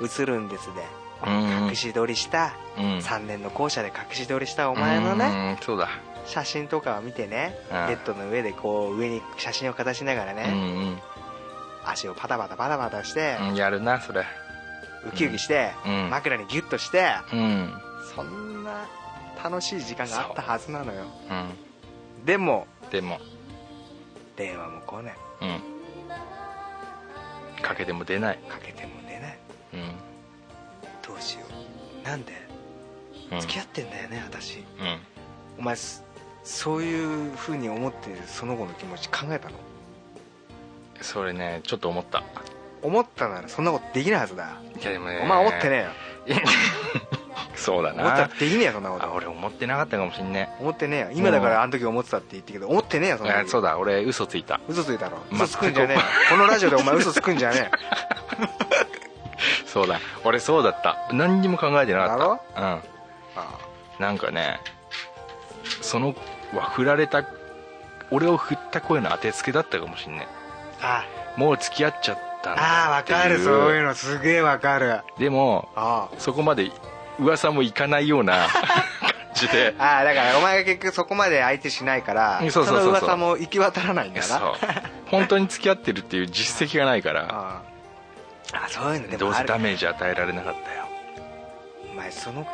う
映るんですで
うん
隠し撮りした
んうん
3年の校舎で隠し撮り したお前のね
うんそうだ
写真とかを見てね
うん
ベッドの上でこう上に写真をかざしながら
うん
ね足をパタパタパタパタして
うんうんやるなそれ
ウキウキして
うん
枕にギュッとして
うん
そんな楽しい時間があったはずなのよ
う
でも
んでも
電話も来ない
うんかけても出ない
かけても出ない
うん
どうしようなんで
うん
付き合ってんだよね私
うん
お前そそういう風に思ってるその子の気持ち考えたの
それねちょっと思った
思ったならそんなことできないはずだ
いやでもね
お前思ってね
いや そうだ
えよ思ったら
な
できねえよそんなこ
あ
と
俺思ってなかったかもしんね
思ってねえよ今だからあの時思ってたって言ってけど思ってねえよそんな
あ
こ
そう
と
だ俺嘘ついた
嘘ついたろ
全く
嘘つくんじゃねえよこのラジオでお前嘘つくんじゃ ねえ
そうだ俺そうだった何にも考えてなかった
だろ
うんなんかねそのは振られた俺を振った声の当てつけだったかもしんね
あ
もう付き合っちゃったん
ああ
だっ
わ
ていう
かるそういうのすげえわかるあ
でも
あ
そこまで噂もいかないような感じで
ああだからお前が結局そこまで相手しないから
うんそうそうそうそう
の噂も行き渡らないんだ
そう
な
本当に付き合ってるっていう実績がないから
あああそういうので
どう
もあ
せ
る
ダメージ与えられなかったよ
お前その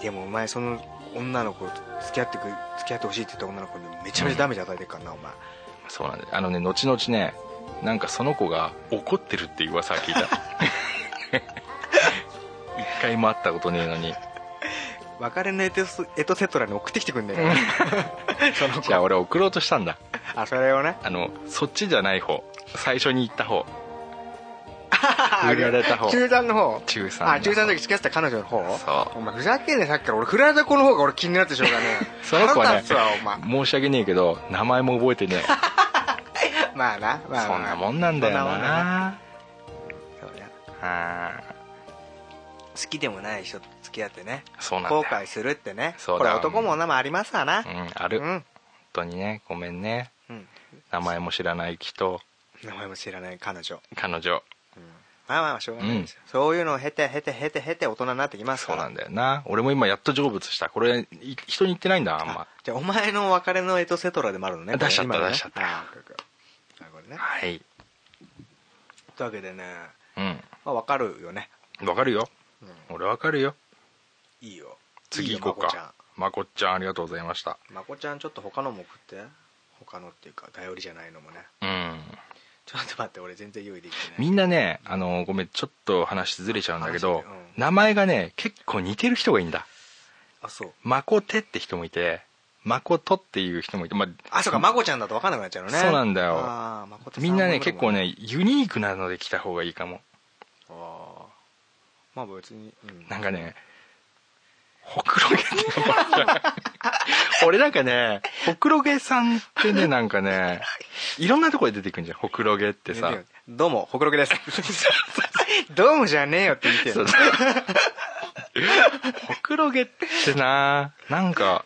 でもお前その女の子と付き合ってく付き合ってほしいって言った女の子にめちゃめちゃダメージ与えてるからなお前
そうなんだよあのね後々ねなんかその子が怒ってるっていう噂は 聞いた一回も会ったことねえのに
別れのエトスエトセトラに送ってきてくんねえから その
じゃあ俺送ろうとしたんだ
あそれをね
あのそっちじゃない方最初に行った方
あ
振られた方
中3の方
中3
あ中3の時付き合ってた彼女の方
そう
お前ふざけんねさっきから俺振られた子の方が俺気になってしょうがねえ
その子は
腹
ね
立つわお前
申し訳ねえけど名前も覚えてね
まあな
え
まあまあ
そんなもんなんだよ
そんもんだ
な
そうだ
あ
好きでもない人と付き合ってね
ーそうなんだよ
後悔するってね
そう
こ
だ
れ男も女もありますわな
うんあ
う
る、本
ん
当にねごめんね
うん
名前も知らない人
名前も知らない彼女
彼女
まあまあまあしょうがないですよ、そういうのを経て経て経て経て大人になってきます
そ
か
う
ら
なんだよな俺も今やっと成仏したこれい人に言ってないんだあんま
じゃあお前の別れのエトセトラでもあるのね
出しちゃった
これね
出しちゃった
あーこれこれあこれね
はい
というわけでね、
う
まあ、分かるよね
んわかるよ、俺わかるよ
いいよ
次行こう
いいよ
かまこっちゃんありがとうございました
まこちゃんまこちゃんちょっと他のも送って他のっていうか頼りじゃないのもね
うん
ちょっと待って俺全然用意できてない
みんなねあのごめんちょっと話ずれちゃうんだけど、
話ねうん
名前がね結構似てる人がいいんだ
あそう
マコテって人もいてマコトっていう人もいて、ま
あそうかまこちゃんだと分かんなくなっちゃうのね
そうなんだよ
あーまことさ
みんなね
も
結構ねユニークなので来た方がいいかも
あーまあ別に、うん
なんかねほくろ毛って思っちゃ う俺なんかねほくろ毛さんってねなんかねいろんなところで出てくるんじゃんほくろ毛ってさ
言うてよどうもほくろけです どうもじゃねえよって言って
そう
よ
そうほくろ毛ってななんか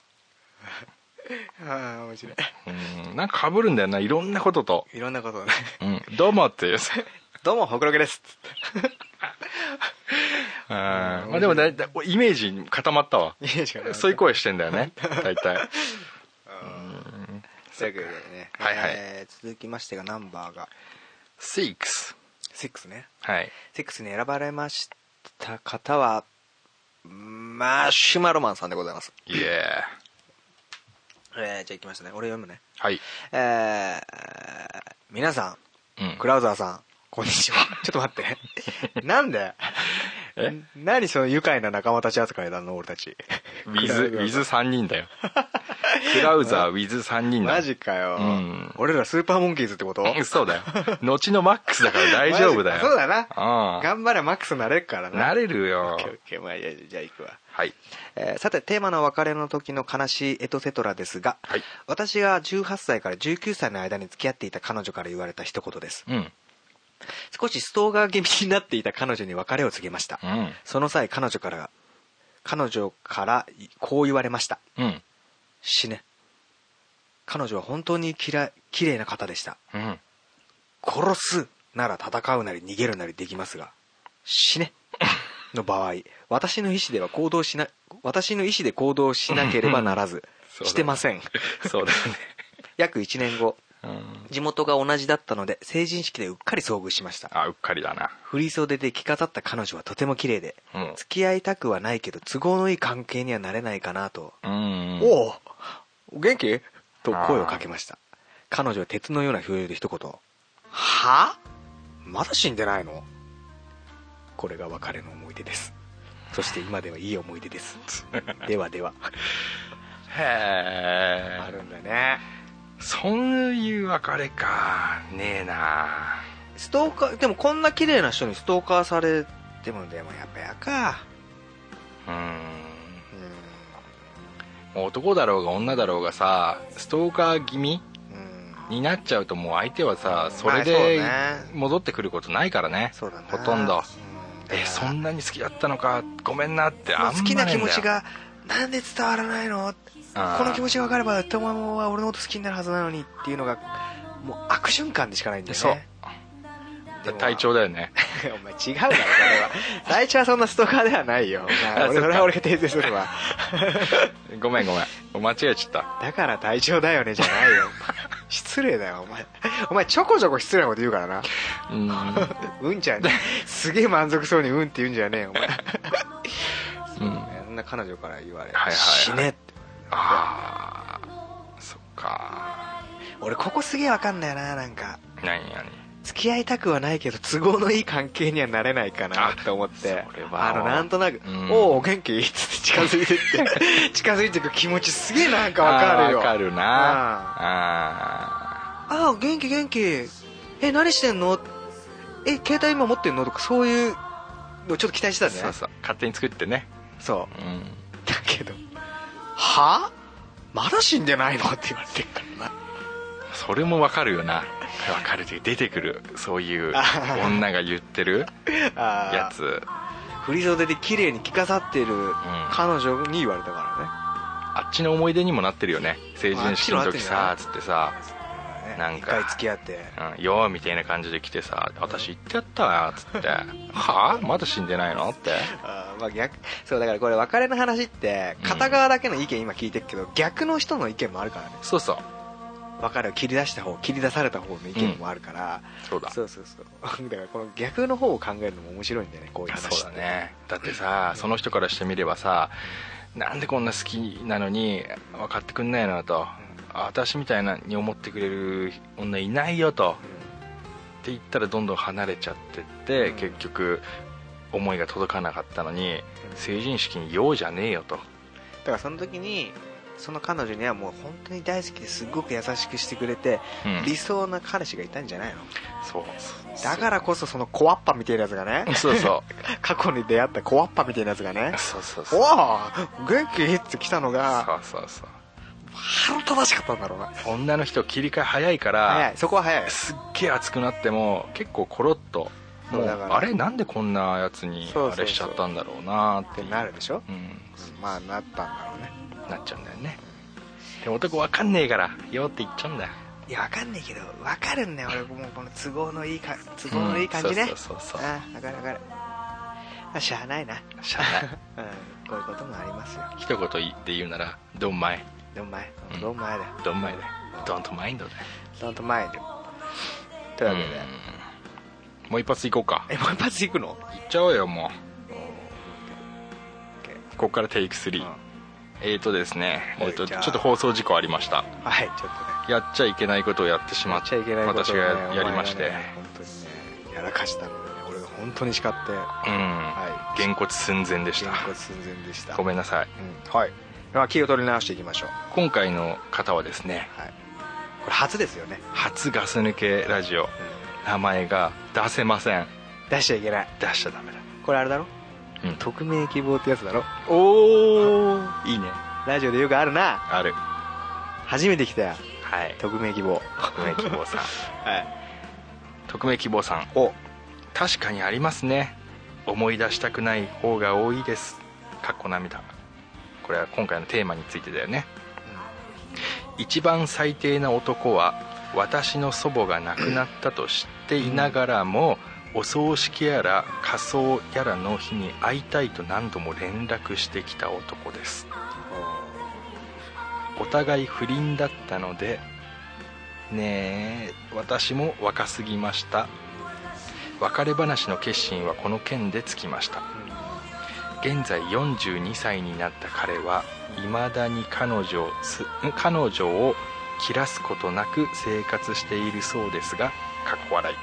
ああ面白い
うんなんか被るんだよないろんなことと
いろんなことをね
「うん、どうも」って いうさ
どうもほくろけです
うんまあでもだいたいイメージ固まった わ
いいしかない
そういう声してんだよ ね大体
というわけでね
はいはい
えー続きましてがナンバーが
6
6ね
はい
6に選ばれました方はマシュマロマンさんでございます
イエー
えー、じゃあ行きましたね俺読むね
はい
えー、皆さん、
うん
クラウザーさんこんに ちはちょっと待ってなんで
え
何その愉快な仲間たち扱いだの俺たち
ウィズウィズ3人だ よクラウザーウィズ3人だ
マジかよ、
うん
俺らスーパーモンキーズってこと
うんそうだよ後のマックスだから 大丈夫だよ
マジかそうだな
う
頑張れマックスなれっから
ん
な
なれるよ
オッケーオッケーまあいやじゃあ行くわ
はい
えーさてテーマのお別れの時の悲しいエトセトラですが、
はい
私が18歳から19歳の間に付き合っていた彼女から言われた一言です
うん
少しストーカー気味になっていた彼女に別れを告げました、
うん
その際彼女から彼女からこう言われました
うん
死ね彼女は本当にきら綺麗な方でした
うん
殺すなら戦うなり逃げるなりできますが死ねの場合私の意思では行動しな私の意思で行動しなければならず
そうだ
してません
そうだ
約1年後
よねうん
地元が同じだったので成人式でうっかり遭遇しました
あうっかりだな
振り袖で着飾った彼女はとても綺麗で
うん
付き合いたくはないけど都合のいい関係にはなれないかなと
うん
おうお元気と声をかけました彼女は鉄のような表情で一言「はあまだ死んでないの?」これが別れの思い出ですそして今ではいい思い出です ではでは
へ
あ
え
るんだね
そういう別れかねえな
ストーカーでもこんな綺麗な人にストーカーされてもでもやっぱやか
うん
う
男だろうが女だろうがさストーカー気味
んうん
になっちゃうともう相手はさそれ
まあ
で
そうね
戻ってくることないからね
そうだな
ほとんど
うん
えそんなに好きだったのかごめんなってあんま
好きな気持ち
ね
がなんで伝わらないの
えんだよ
この気
うん
持ちが分かれば友もは俺のこと好きになるはずなのにっていうのがもう悪循環でしかないんだよね
そう
でも
体調だよね
お前違うだろそれは体調はそんなストーカーではないよお前
あそっか
俺それは俺が訂正するわ
ごめんごめん間違えちゃった
だから体調だよねじゃないよお前失礼だよお前お前ちょこちょこ失礼なこと言うからな
うん
うんじゃねえすげえ満足そうにうんって言うんじゃねえよお前
うん
そんな彼女から言われ
はいはいはい
死ねって
ああそっか
俺ここすげえ分かんだよななんか
何何
付き合いたくはないけど都合のいい関係にはなれないかなと思って
それは
あのなんとなく「
うん
おうお元気?」っつって近づいてって 近づいてく気持ちすげえなんかわかるよ
あーわかるな
あ
あ
ああ元気元気え何してんのえ携帯今持ってんのとかそういうのちょっと期待して
あ
たんだ
そ
よ
う
ね
そう勝手に作ってね
そう
うん
だけどはあまだ死んでないのって言われてるからな
それもわかるよなわかるで出てくるそういう
あはは
女が言ってる
あー
やつ
振り袖で綺麗に着飾ってる彼女に言われたから
あ
ね
っちの思い出にもなってるよね成人式の時
あ
さ
っ
つってさなん
一
か
回付き合って
「うん、よ」みたいな感じで来てさ「私行ってやったわ」つって「はあまだ死んでないの?」って
あーまあ逆そうだからこれ別れの話って片側だけの意見今聞いてるけど、逆の人の意見もあるからね
そうそう
別れを切り出した方切り出された方の意見もあるから、
そうだ
そうそうそう だからこの逆の方を考えるのも面白いんだよねこういう話って
そうだねだってさその人からしてみればさなんでこんな好きなのに分かってくんないのとあ私みたいなに思ってくれる女いないよとっていったらどんどん離れちゃってって、
うん
結局思いが届かなかったのに成人式に「ようじゃねえよ」と
だからその時にその彼女にはもう本当に大好きですごく優しくしてくれて、
うん
理想な彼氏がいたんじゃないの
そう
だからこそそのコアッパみたいなやつ がね
そうそ
過去に出会ったコアッパみたいなやつがね
うそうそう
お
そう
お元気って来たのが
そうそうそう
腹立たしかったんだろうな
女の人切り替え早いか
早
ら
いそこは早い
すっげえ熱くなっても結構コロッと
そう
もう
だから
あれなんでこんなやつに
そうそうそ
あ
う
れしちゃったんだろうなーっ
ってて
いう
なるでしょ
うん
まあなったんだろうね
なっちゃうんだよねでも男わかんねえから「よ」って言っちゃうんだよ
いやわかんないけどわかるんだよ俺もうこの都合のいいか都合のいい感じね、
うんそうそうそうそう
ああわかるわかるあしゃあないな、
しゃあない
うん、こういうこともありますよ
一言言って言うなら「ドンマイ
どんまい
うん
どんまいだよ」
ドンマイだよ「ドンとマインドだよ」
どんと前でというわけで、
うんもう一発いこうか
えもう一発いくの
いっちゃおうよもうここからテイク3、
うん
えーとですね、え
はい
ー、とち
じゃ
ょ
あ
っと放送事故ありました
はいちょっとね
やっちゃいけないことをやってしま
や
っ
ってちゃいけないことをね
私がややりまして、
お前がね本当にねやらかしたのでね俺が本当に叱って
うん、
はい
げんこつ寸前でした
原骨寸前でした
ごめんなさい
うんはいまあ気を取り直していきましょう
今回の方はですね
はいこれ初ですよね、
初ガス抜けラジオ
うん
名前が出せません
出しちゃいけない
出しちゃダメだ
これあれだろ、
うん
匿名希望ってやつだろ
おおいいね
ラジオでよくあるな
ある
初めて来たよ
はい
匿名希望
匿名希望さん
はい
匿名希望 さん
お
確かにありますね思い出したくない方が多いですかっこ涙これは今回のテーマについてだよね一番最低な男は私の祖母が亡くなったと知っていながらもお葬式やら仮葬やらの日に会いたいと何度も連絡してきた男ですお互い不倫だったのでねえ私も若すぎました別れ話の決心はこの件でつきました現在42歳になった彼はいまだに彼女をすん彼女を切らすことなく生活しているそうですがかっこ笑い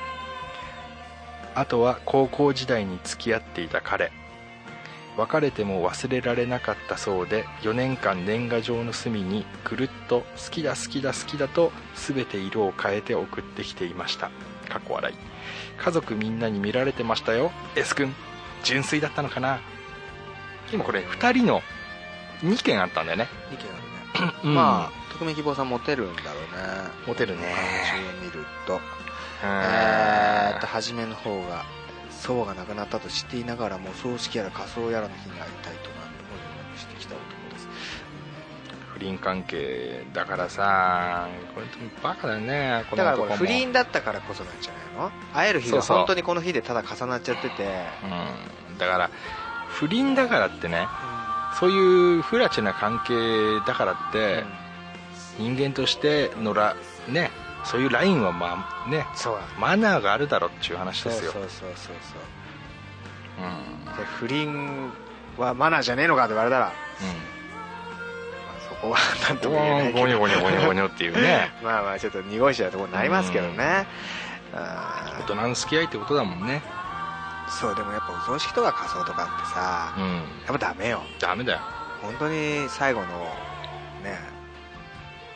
あとは高校時代に付き合っていた彼別れても忘れられなかったそうで4年間年賀状の隅にくるっと「好きだ好きだ好きだ」と全て色を変えて送ってきていましたかっこ笑い家族みんなに見られてましたよ S 君純粋だったのかな今これ2人の2件あったんだよね、
意見あるねま
ま
あ匿名希望さんモテるんだろうね
モテるね
話を見ると
あ
えーっと初めの方が祖母が亡くなったと知っていながらも葬式やら仮葬やらの日に会いたいと何度も連絡してきた男です
不倫関係だからさこれでもバカだよねこ
だ
の
から
男
こ
も
れ不倫だったからこそなんじゃないの会える日
そう
が
そう
本当にこの日でただ重なっちゃってて
うんだから不倫だからってねそういう不ラチな関係だからって、人間としてのらねそういうラインはまあね
そうだ
マナーがあるだろっていう話
そ
で
う
す
そう
よ
そうそうそう
うんうん
で不倫はマナーじゃねえのかって言われたら、まあ、そこはなんとも言えないけど
ゴニョゴニョゴニョゴニョっていうね
まあまあちょっと濁いしちゃうとこになりますけどねあ
大人の付き合いってことだもんね
ーそうでもやっぱお葬式とか仮装とかってさ
うん
やっぱダメよ
ダメだよ
本当に最後のね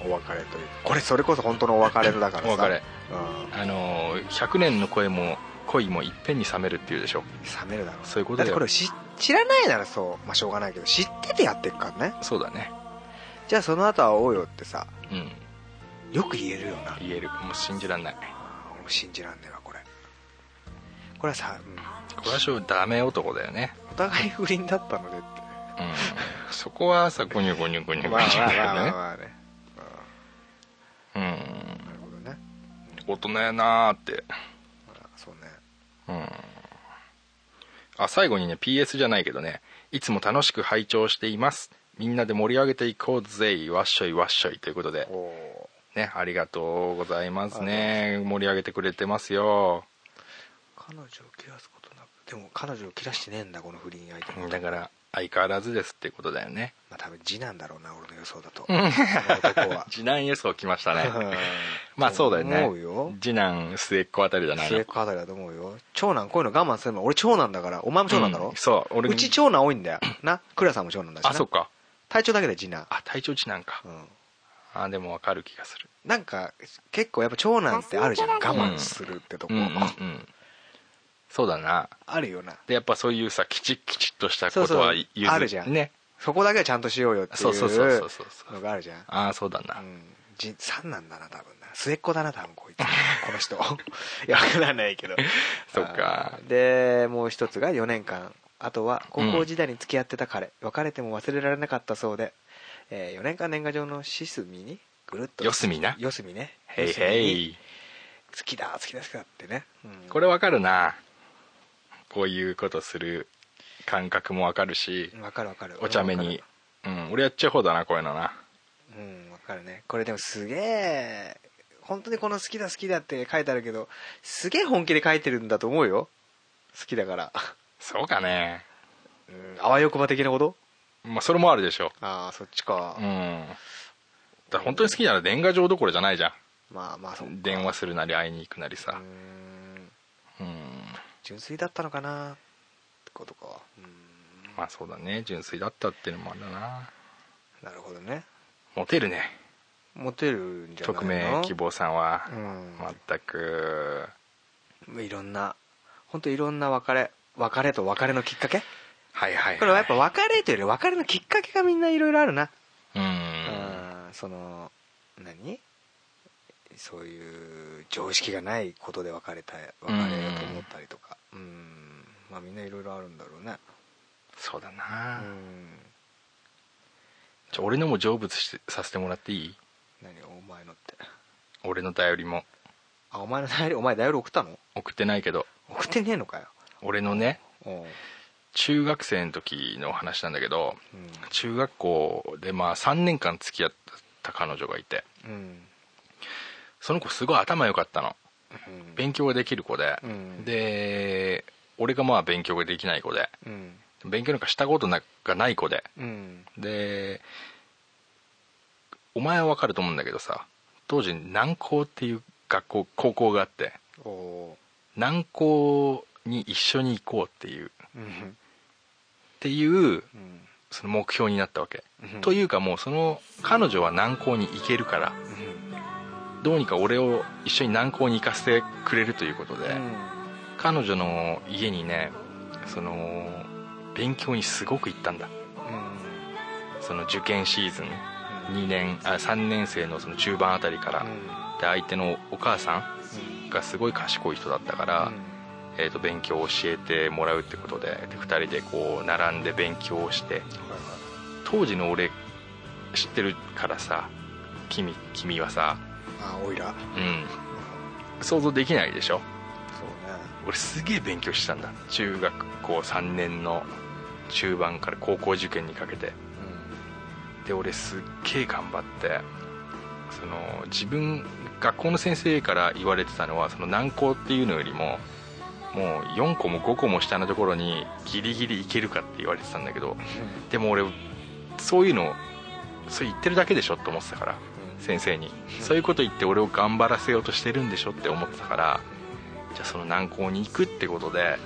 お別れというこれそれこそ本当のお別れだからさ
お別れ
うん
あのー100年の恋も恋もいっぺんに冷めるっていうでしょ
冷めるだろう
そういうこと
だ
だ
って
よ
これ知知らないならそうまあしょうがないけど知っててやってるからね
そうだね
じゃあその後会おうよってさ
うん
よく言えるよな
言えるもう信じらんない
俺も信じらんねえわこれこれはさ、うん
これはしょダメ男だよね
お互い不倫だったのでって
うんそこはさゴニョゴニョゴニョゴ
ま
ニ
あ
ョ
ま
だ
あまあまあ
よね
まあね
うん
なるほどね
大人やなーって
まあそうね
うんあ最後にね PS じゃないけどねいつも楽しく拝聴していますみんなで盛り上げていこうぜわっしょいわっしょいということで
おお
ねありがとうございますね盛り上げてくれてますよ
彼女を切らすことなくでも彼女を切らしてねえんだこの不倫相手
うんだから相変わらずですっていうことだよね
まあ多分字なんだろうな俺の予想だと
男は次男予想来ましたね まあそうだよね
思うよ
次男末っ子あたりじゃないの
末っ子あたりだと思うよ長男こういうの我慢するの俺長男だからお前も長男だろ、
うんそう
う
俺
ち長男多いんだよな倉さんも長男だしな
あそっか
体調だけで次男
あ体調次男か
うん
あでもわかる気がする
なんか結構やっぱ長男ってあるじゃん我慢するってとこ、
うんうんうんそうだな
あるよな
でやっぱそういうさきちっきちっとしたことは
そう
譲
そうあるじゃん
ね
そこだけはちゃんとしようよっていう
そうそうそうそうそうそう
のがあるじゃん
ああそうだな、
うんじ三男だな多分な末っ子だな多分 こいつこの人いや分からないけど
そっか
あーでもう一つが4年間あとは高校時代に付き合ってた彼、別れても忘れられなかったそうで、え4年間年賀状のシスミにぐるっと
四隅な
四隅ね
へいへい
好きだ好きだ好きだってね、うん
これわかるなこういうことする感覚もわかるし
分かる分かる
お茶目にうん俺やっちゃう方だなこういうのな
うん分かるねこれでもすげえ本当にこの「好きだ好きだ」って書いてあるけどすげえ本気で書いてるんだと思うよ好きだから、
そうかね
うん、あわよくば的なこと
まあそれもあるでしょ
ああそっちか、
うんだから本当に好きなら年賀状どころじゃないじゃ
まあまあそっか
ん電話するなり会いに行くなり
う
さ
ん
うん
純粋だったのかなってことかうん
まあそうだね純粋だったっていうのもあるな
なるほどね
モテるね
モテるんじゃないの
匿名希望さんは
うん
全く
いろんな本当いろんな別れ別れと別れのきっかけ
はいはいい
これはやっぱ別れというより別れのきっかけがみんないろいろあるな
うん
うんその何そういう常識がないことで別れた別れようと思ったりとかうんまあみんないろいろあるんだろうね
そうだ
う
な、
ん
ちょ俺のも成仏してさせてもらっていい
何お前のって
俺の頼りも
あお前の代理お前代理送ったの
送ってないけど
送ってねえのかよ
俺のね
おう
中学生の時の話なんだけど
うん
中学校でまあ3年間付き合った彼女がいて
うん
その子すごい頭良かったの
うん
勉強ができる子で、
うん
で俺がまあ勉強ができない子で
うん
勉強なんかしたことながない子で
うん
でお前は分かると思うんだけどさ当時南高っていう学校高校があって
おお
南高に一緒に行こうっていうっ
ううん
ていう
うん
その目標になったわけ、
うん
というかもうその彼女は南高に行けるから
うん
どうにか俺を一緒に南高に行かせてくれるということで、
うん
彼女の家にねその勉強にすごく行ったんだ
うん
その受験シーズン2年あ3年生のその中盤あたりから、
うん
で相手のお母さんがすごい賢い人だったから、えー、と勉強を教えてもらうってことでで2人でこう並んで勉強をして当時の俺知ってるからさ君君はさ
あおいら
うん想像できないでしょ
そうね
俺すげえ勉強してたんだ中学校3年の中盤から高校受験にかけてで俺すっげえ頑張ってその自分学校の先生から言われてたのはその難校っていうのよりももう4個も5個も下のところにギリギリいけるかって言われてたんだけどでも俺そういうのそれ言ってるだけでしょって思ってたから先生にそういうこと言って俺を頑張らせようとしてるんでしょって思ってたからじゃあその難校に行くってことで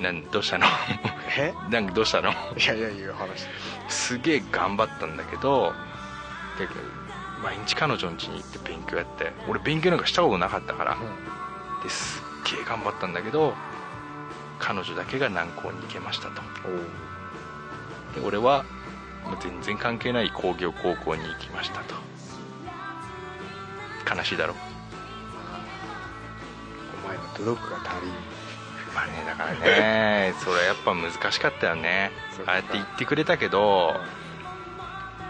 なんどうしたの
え
なんかどうしたの
いやいやいう話
すげえ頑張ったんだけどで毎日彼女の家に行って勉強やって俺勉強なんかしたことなかったから、ですっげえ頑張ったんだけど彼女だけが難航に行けましたと
おう
で俺はもう全然関係ない工業高校に行きましたと悲しいだろ
お前の努力が足りん
まあねだから ねそれはやっぱ難しかったよね
そう
あ
か
あやって言ってくれたけど、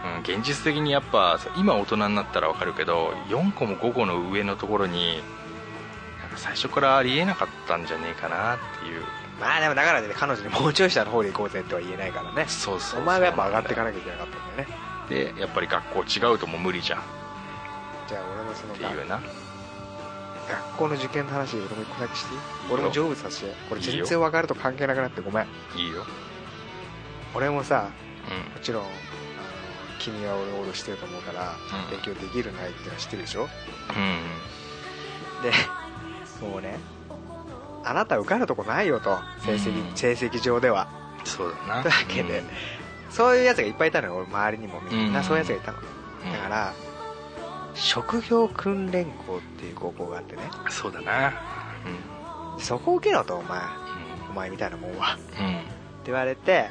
うん、現実的にやっぱそう今大人になったらわかるけど4個も5個の上のところになんか最初からありえなかったんじゃねえかなっていう
まあでもだからね彼女にもうちょい下の方で行こうぜとは言えないからね
そうそ
お前はやっぱ上がっていか
ら
なきゃいけなかったんだよね
でやっぱり学校違うともう無理じゃんっ
じゃあ俺のその
ていうな
学校の受験の話俺も一個だけしていい
よ
俺も成仏させてこれ
いい
全
よ
然分かると関係なくなってごめん
いいよ
俺もさ
う
もちろんあの君は俺を脅してると思うから、
うん
勉強できるないってのは知ってるでしょ
ん
で もうねあなた受かるとこないよと成績,、
うん
成績上では
うんそうだな
というわけで、そういうやつがいっぱいいたのよ俺周りにもみん
う
なんそういうやつがいたの、
うん
だから職業訓練校っていう高校があってね
うんそうだな
そこ受けろとお前
う
お前みたいなもんはって
んうん
言われて、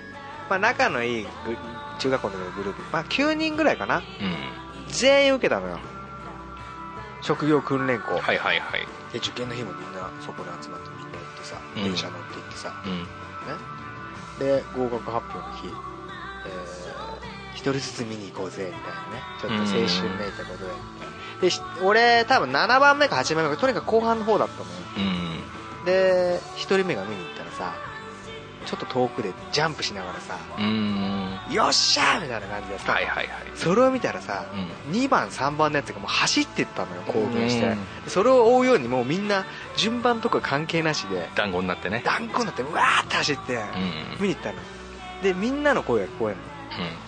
まあ、仲のいいグ中学校の時のグループ、まあ、9人ぐらいかな
うん
全員受けたのよ職業訓練校、
はいはいはい
で受験の日もみんなそこで集まってみんな行ってさ
うん
電車乗って行ってさ、
うん
で合格発表の日、えー、一人ずつ見に行こうぜみたいなねちょっと青春めいたことで,、でし俺多分7番目か8番目かとにかく後半の方だったのよ
うん
で1人目が見に行ったらさちょっと遠くでジャンプしながらさ
うん
「よっしゃー!」みたいな感じでさ、
はいはいはい
それを見たらさ、
う
2番3番のやつがもう走ってったのよ興奮して、
うん
でそれを追うようにもうみんな順番とか関係なしで
団子になってね
断固になってうわーって走って
うんうん
見に行ったのでみんなの声が聞こえる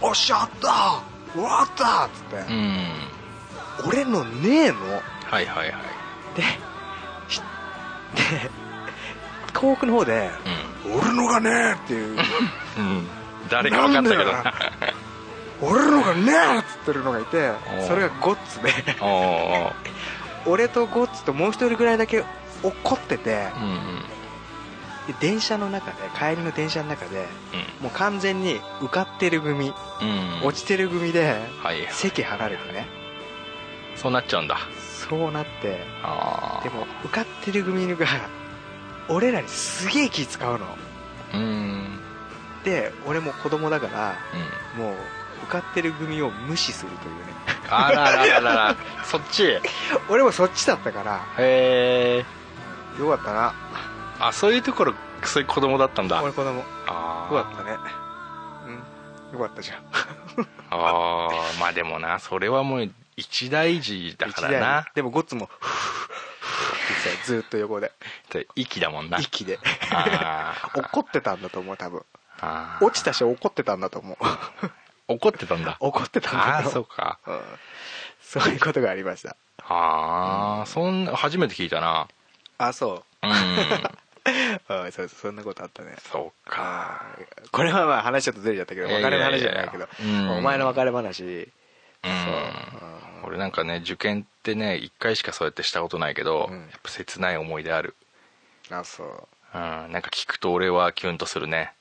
の「おっしゃあったー終わった!」っつっ
う
て、
ん
俺のねえの
はいはいはい
でしで遠くの方で「俺のがねえ!」って いう
うんうん誰か分かったけど
なんだ
な
「俺のがねえ!」っつってるのがいて
おう
それがゴッツで
おーおー
俺とゴッツともう一人ぐらいだけ怒ってて
うんうん
で電車の中で帰りの電車の中で
うん
もう完全に受かってる組
うん
落ちてる組で
はい
席離れてね
そうなっちゃうんだ
そうなって
あ
でも受かってる組が俺らにすげえ気使うの
あうん
で俺も子供だから
うん
もう受かってる組を無視するというね
あらららら らそっちへ
俺もそっちだったから
え
よかったな
あそういうところそういう子供だったんだ
俺子供よ
あー
かったねうんよかったじゃん
あーまあでもなそれはもう一大事だからな
でもゴッツも「ふぅふぅって言ってたよずーっと横で
って息だもんな
息で
あー
怒ってたんだと思う多分
あー
落ちたし怒ってたんだと思う
怒ってたんだ
怒ってたんだ
ああ
と思
そううか
うんそういうことがありました
ああそんな初めて聞いたな
あそ
う
う
ん
うんそうそうそんなことあったね
そうか
これはまあ話ちょっとずれちゃったけど
いや
別
いや
れ
い
の
や
話じゃないけど
うん
お前の別れ話
うん俺なんかね受験ってね一回しかそうやってしたことないけど、
うん
やっぱ切ない思い出ある
あそ
う
う
んなんか聞くと俺はキュンとするね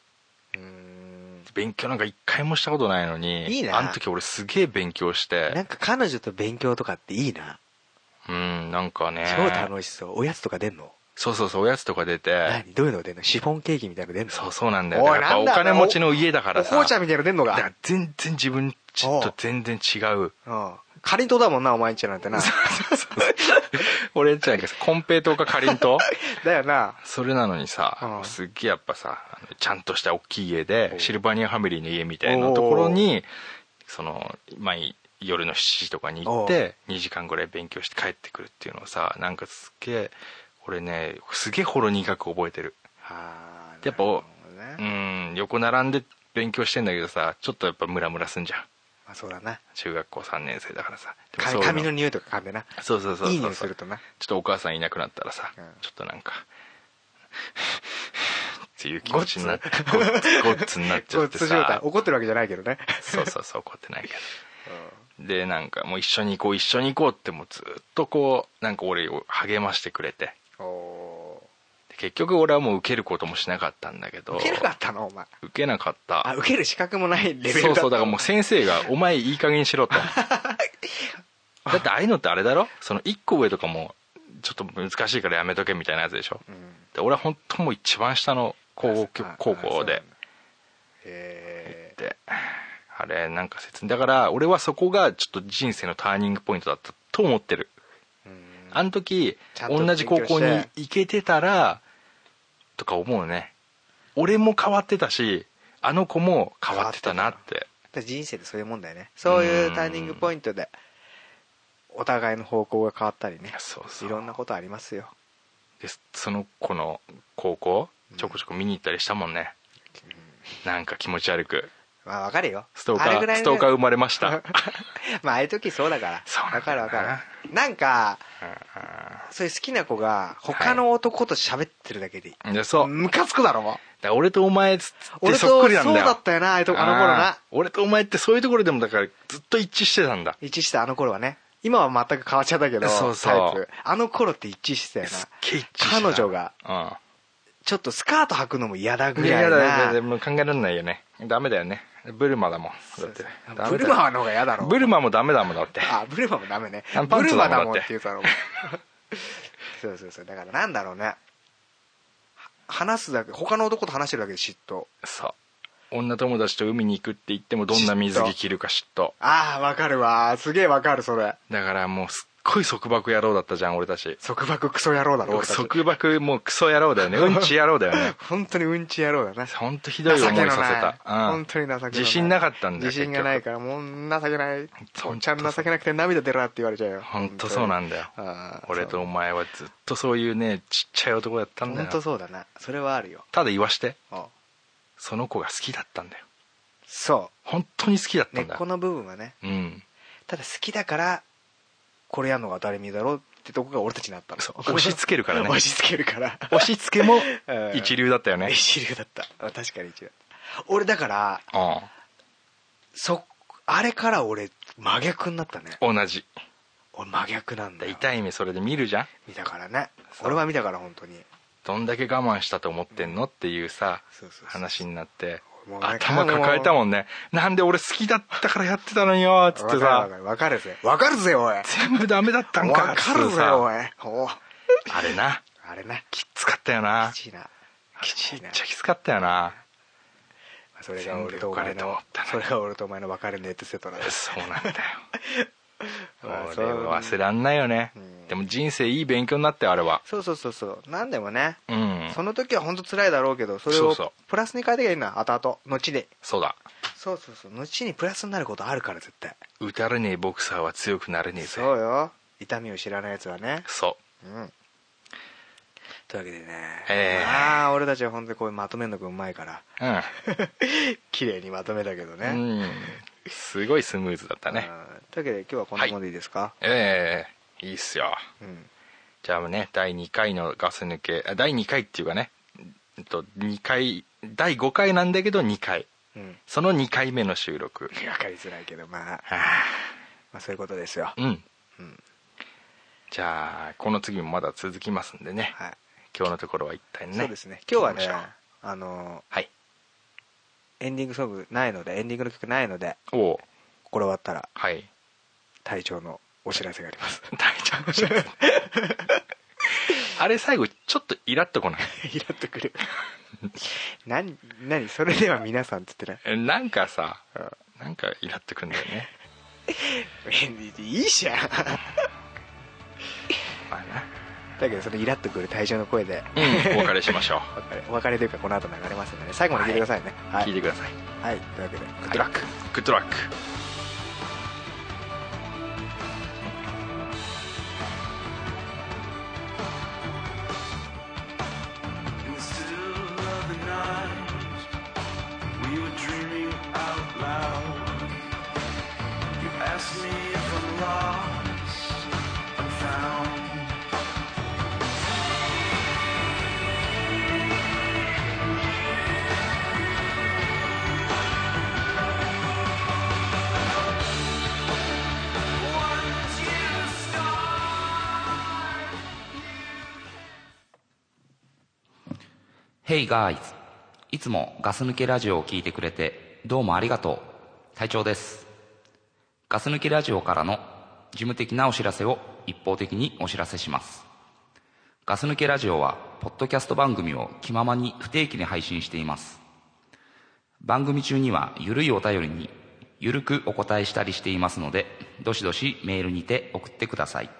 うーん
勉強なんか一回もしたことないのに
いいな
あの時俺すげえ勉強し
なん
て
か彼女と勉強とかっていいな
うんなんかね
超楽しそうおやつとか出んの
そうそうそうおやつとか出て
何どういうの出んのシフォンケーキみたいなの出んの
そうそうなんだよ
おい
やっぱ
なん
お
だ
金持ちの家だから
お
さ
紅茶みたいなの出んの
だか
が
ら全然自分ちと全然違う
うんかりんとうだもんなお前んちなんてな
俺じゃなんかさコンペイトーかかりんとう
だよな
それなのにさ、
うん
すっげえやっぱさあのちゃんとした大きい家でシルバニアファミリーの家みたいなところにその毎夜の7時とかに行って2時間ぐらい勉強して帰ってくるっていうのをさなんかすっげえ俺ねすげえほろ苦く覚えてる
あー
やっぱお
なるほ
う
どね
ん横並んで勉強してんだけどさちょっとやっぱムラムラすんじゃん
まあそうだな
中学校3年生だからさでも
か
そういう
髪の匂いとか噛んでな
そうそうそうそう
いい匂いするとな
ちょっとお母さんいなくなったらさ、
うん
ちょっとなんか っていう気持ちになってゴッツゴッツになっちゃって
こう通常態
さ
怒ってるわけじゃないけどね
そうそうそう怒ってないけどでなんかもう一緒に行こう一緒に行こうってもうずっとこうなんか俺を励ましてくれて
お
で結局俺はもう受けることもしなかったんだけど
受けなかったのお前
受けなかった
あ受ける資格もないレベルだ
そうそうだからもう先生が「お前いい加減にしろ」 とだってああいうのってあれだろその1個上とかもちょっと難しいからやめとけみたいなやつでしょ、
ん
で俺は本当もう一番下の高校
あ
高校
あそうな
で
んだへ
であれなんか切だから俺はそこがちょっと人生のターニングポイントだったと思ってる
えうん
あの時
ちゃんと勉
同
強し
じ
て
高校に行けてたらとか思うね俺も変わってたしあの子も変わってたなって
だから人生でそういうもんだよねそういうターニングポイントでお互いの方向が変わったりね
そうそ
いうろんなことありますよ
でその子の高校ちょこちょこ見に行ったりしたもんね、なんか気持ち悪く
まあわかるよ
ストーカ
あれ
ー、
ぐらい
ス
ね
トーカー生まれました
まあああいう時そうだから
そうなんだよな
わかるわかるなんかそういう好きな子が他の男と喋ってるだけでいい、
いやそうだか
ムカつくだろ
ら俺とお前つって
俺と
そっ
そ
く
う
りなんだよ
だったよなああいうとこあの頃
あ
な
ー俺とお前ってそういうところでもだからずっと一致してたんだ
一致したあの頃はね今は全く変わっちゃったけど
そうそう
タイプあの頃って一致してたよ
すっ
な
げえ一致してた
彼女がちょっとスカート履くのも嫌だ
うん
ぐ
いや
らい
いやい
な
やもう考えられないよねダメだよねブルマだもんだってダメだよ
ブルマの方が嫌だろ
ブルマもダメだもんだって
あブルマもダメね
あパンツだもん
ブルマだもんっ
だって
て言うたろそうそうそうだからなんだろうねは話すだけ他の男と話してるだけで嫉妬
そう女友達と海に行くって言ってもどんな水着着るか嫉妬
ああわかるわすげえわかるそれ
だからもうすっごい束縛野郎だったじゃん俺たち
束縛クソ野郎だろ俺たち
束縛もうクソ野郎だよねうんち野郎だよ ね
本当にうんち野郎だな
本当ひどい思いさせ
情けない
た、うん
本当に情けない
自信なかったんだよ
自信がない
結
からもう情けない
そう
おんちゃん情けなくて涙出ろって言われちゃうよ
局本当そうなんだよ俺とお前はずっとそういうねちっちゃい男だったんだ
本
よ
当そうだなそれはあるよ
ただ言わして
うん
その子が好きだったんだよ
そ
本当に好きだっ
う
た
根っ
んだ
この部分はね
うん
ただ好きだからこれやるのが当たり前だろうってとこが俺たちになったの
そう押し付けるからね
押し付けるから
押し付け も
う ん
一流だったよね
一流だったあ確かに一流だった俺だから
う
そあれから俺真逆になったね
ん同じ
俺真逆なんだよ
痛い目それで見るじゃん
見たからね
そう
俺は見たから本当に
どんだけ我慢したと思ってんのっていうさ
そうそうそう
話になって
もうね
頭抱えたもんねなんで俺好きだったからやってたのによつって
わ
さ
かるわかるわかるぜわかるぜおい
全部ダメだったんか
わかる
つって
ぜ
さ
おいおう
あれな
あれな
きつかったよな
きちいな
き
きち
ちっ
いな
ちゃきつかったよな
それが俺とお前
全部浮かれて思
の
ったな
それが俺とお前の別れのエトセトラだ
そうなんだよ
まあ
俺は
そう
忘れらんないよね
ん
でも人生いい勉強になったよあれは
そうそうそうそう何でもね
うん
その時は本当辛いだろうけどそれ
そう
を
そう
プラスに変えてきゃいいな後々後で
そうだ
そうそうそう後にプラスになることあるから絶対
打たれねえボクサーは強くなれねえ
そ
ぜ
うよ痛みを知らないやつはね
そう
うんというわけでね
ええ
ああ俺たちは本当にこういうまとめるのがうまいから
うん
綺麗にまとめたけどね、
うんすごいスムーズだった
うんとい
ね
うわけで今日はこんなもんでいいですか、
ええいいっすよ
うん
じゃあね第2回のガス抜けあ第2回っていうかねえっと2回第5回なんだけど2回
うん
その2回目の収録
分かりづらいけどまあ、
は
まあ、そういうことですよ
あうん、じゃあこの次もまだ続きますんでね、
はい、
今日のところは一体ね
そうですね今日はね
行きましょう
あの
はい
エンディングソングないのでエンディングの曲ないので
おう
これ終わったら
はい
隊長のお知らせがあります
大ちゃんの知らせあれ最後ちょっとイラっとこない
イラっとく る何何それでは皆さんっつってな
えなんかさなんかイラっとくんだよね
いいじゃん
まあな
だけどそのイラっとくる隊長の声で
うんお別れしましょう、
お別れお別れというかこの後流れますので最後まで聞いてくださいねは
聞い
い、
てください
はい、というわけでグ
グ
ッ
ッ
ド
ドラ
ラッ
ッ
ク
ク、グッドラック
In the still of the night, we were dreaming out loud. You asked me if I'm lost, I'm found. Once you start.
ヘイガーイズいつもガス抜けラジオを聞いてくれてどうもありがとう隊長ですガス抜けラジオからの事務的なお知らせを一方的にお知らせしますガス抜けラジオはポッドキャスト番組を気ままに不定期に配信しています番組中にはゆるいお便りにゆるくお答えしたりしていますのでどしどしメールにて送ってください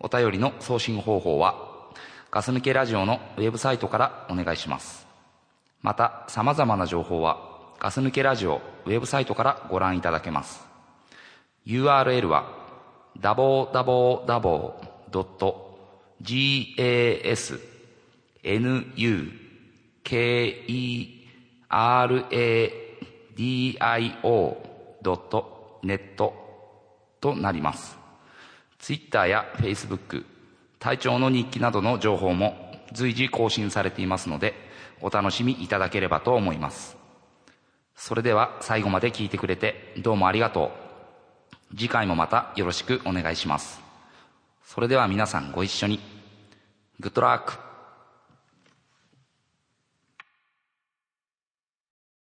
お便りの送信方法は、ガス抜けラジオのウェブサイトからお願いします。また、様々な情報は、ガス抜けラジオウェブサイトからご覧いただけます。URL は、ダボダボダボドット gasnukradio ドットネットとなりますツイッターやフェイスブック隊長の日記などの情報も随時更新されていますのでお楽しみいただければと思いますそれでは最後まで聞いてくれてどうもありがとう次回もまたよろしくお願いしますそれでは皆さんご一緒にグッドラック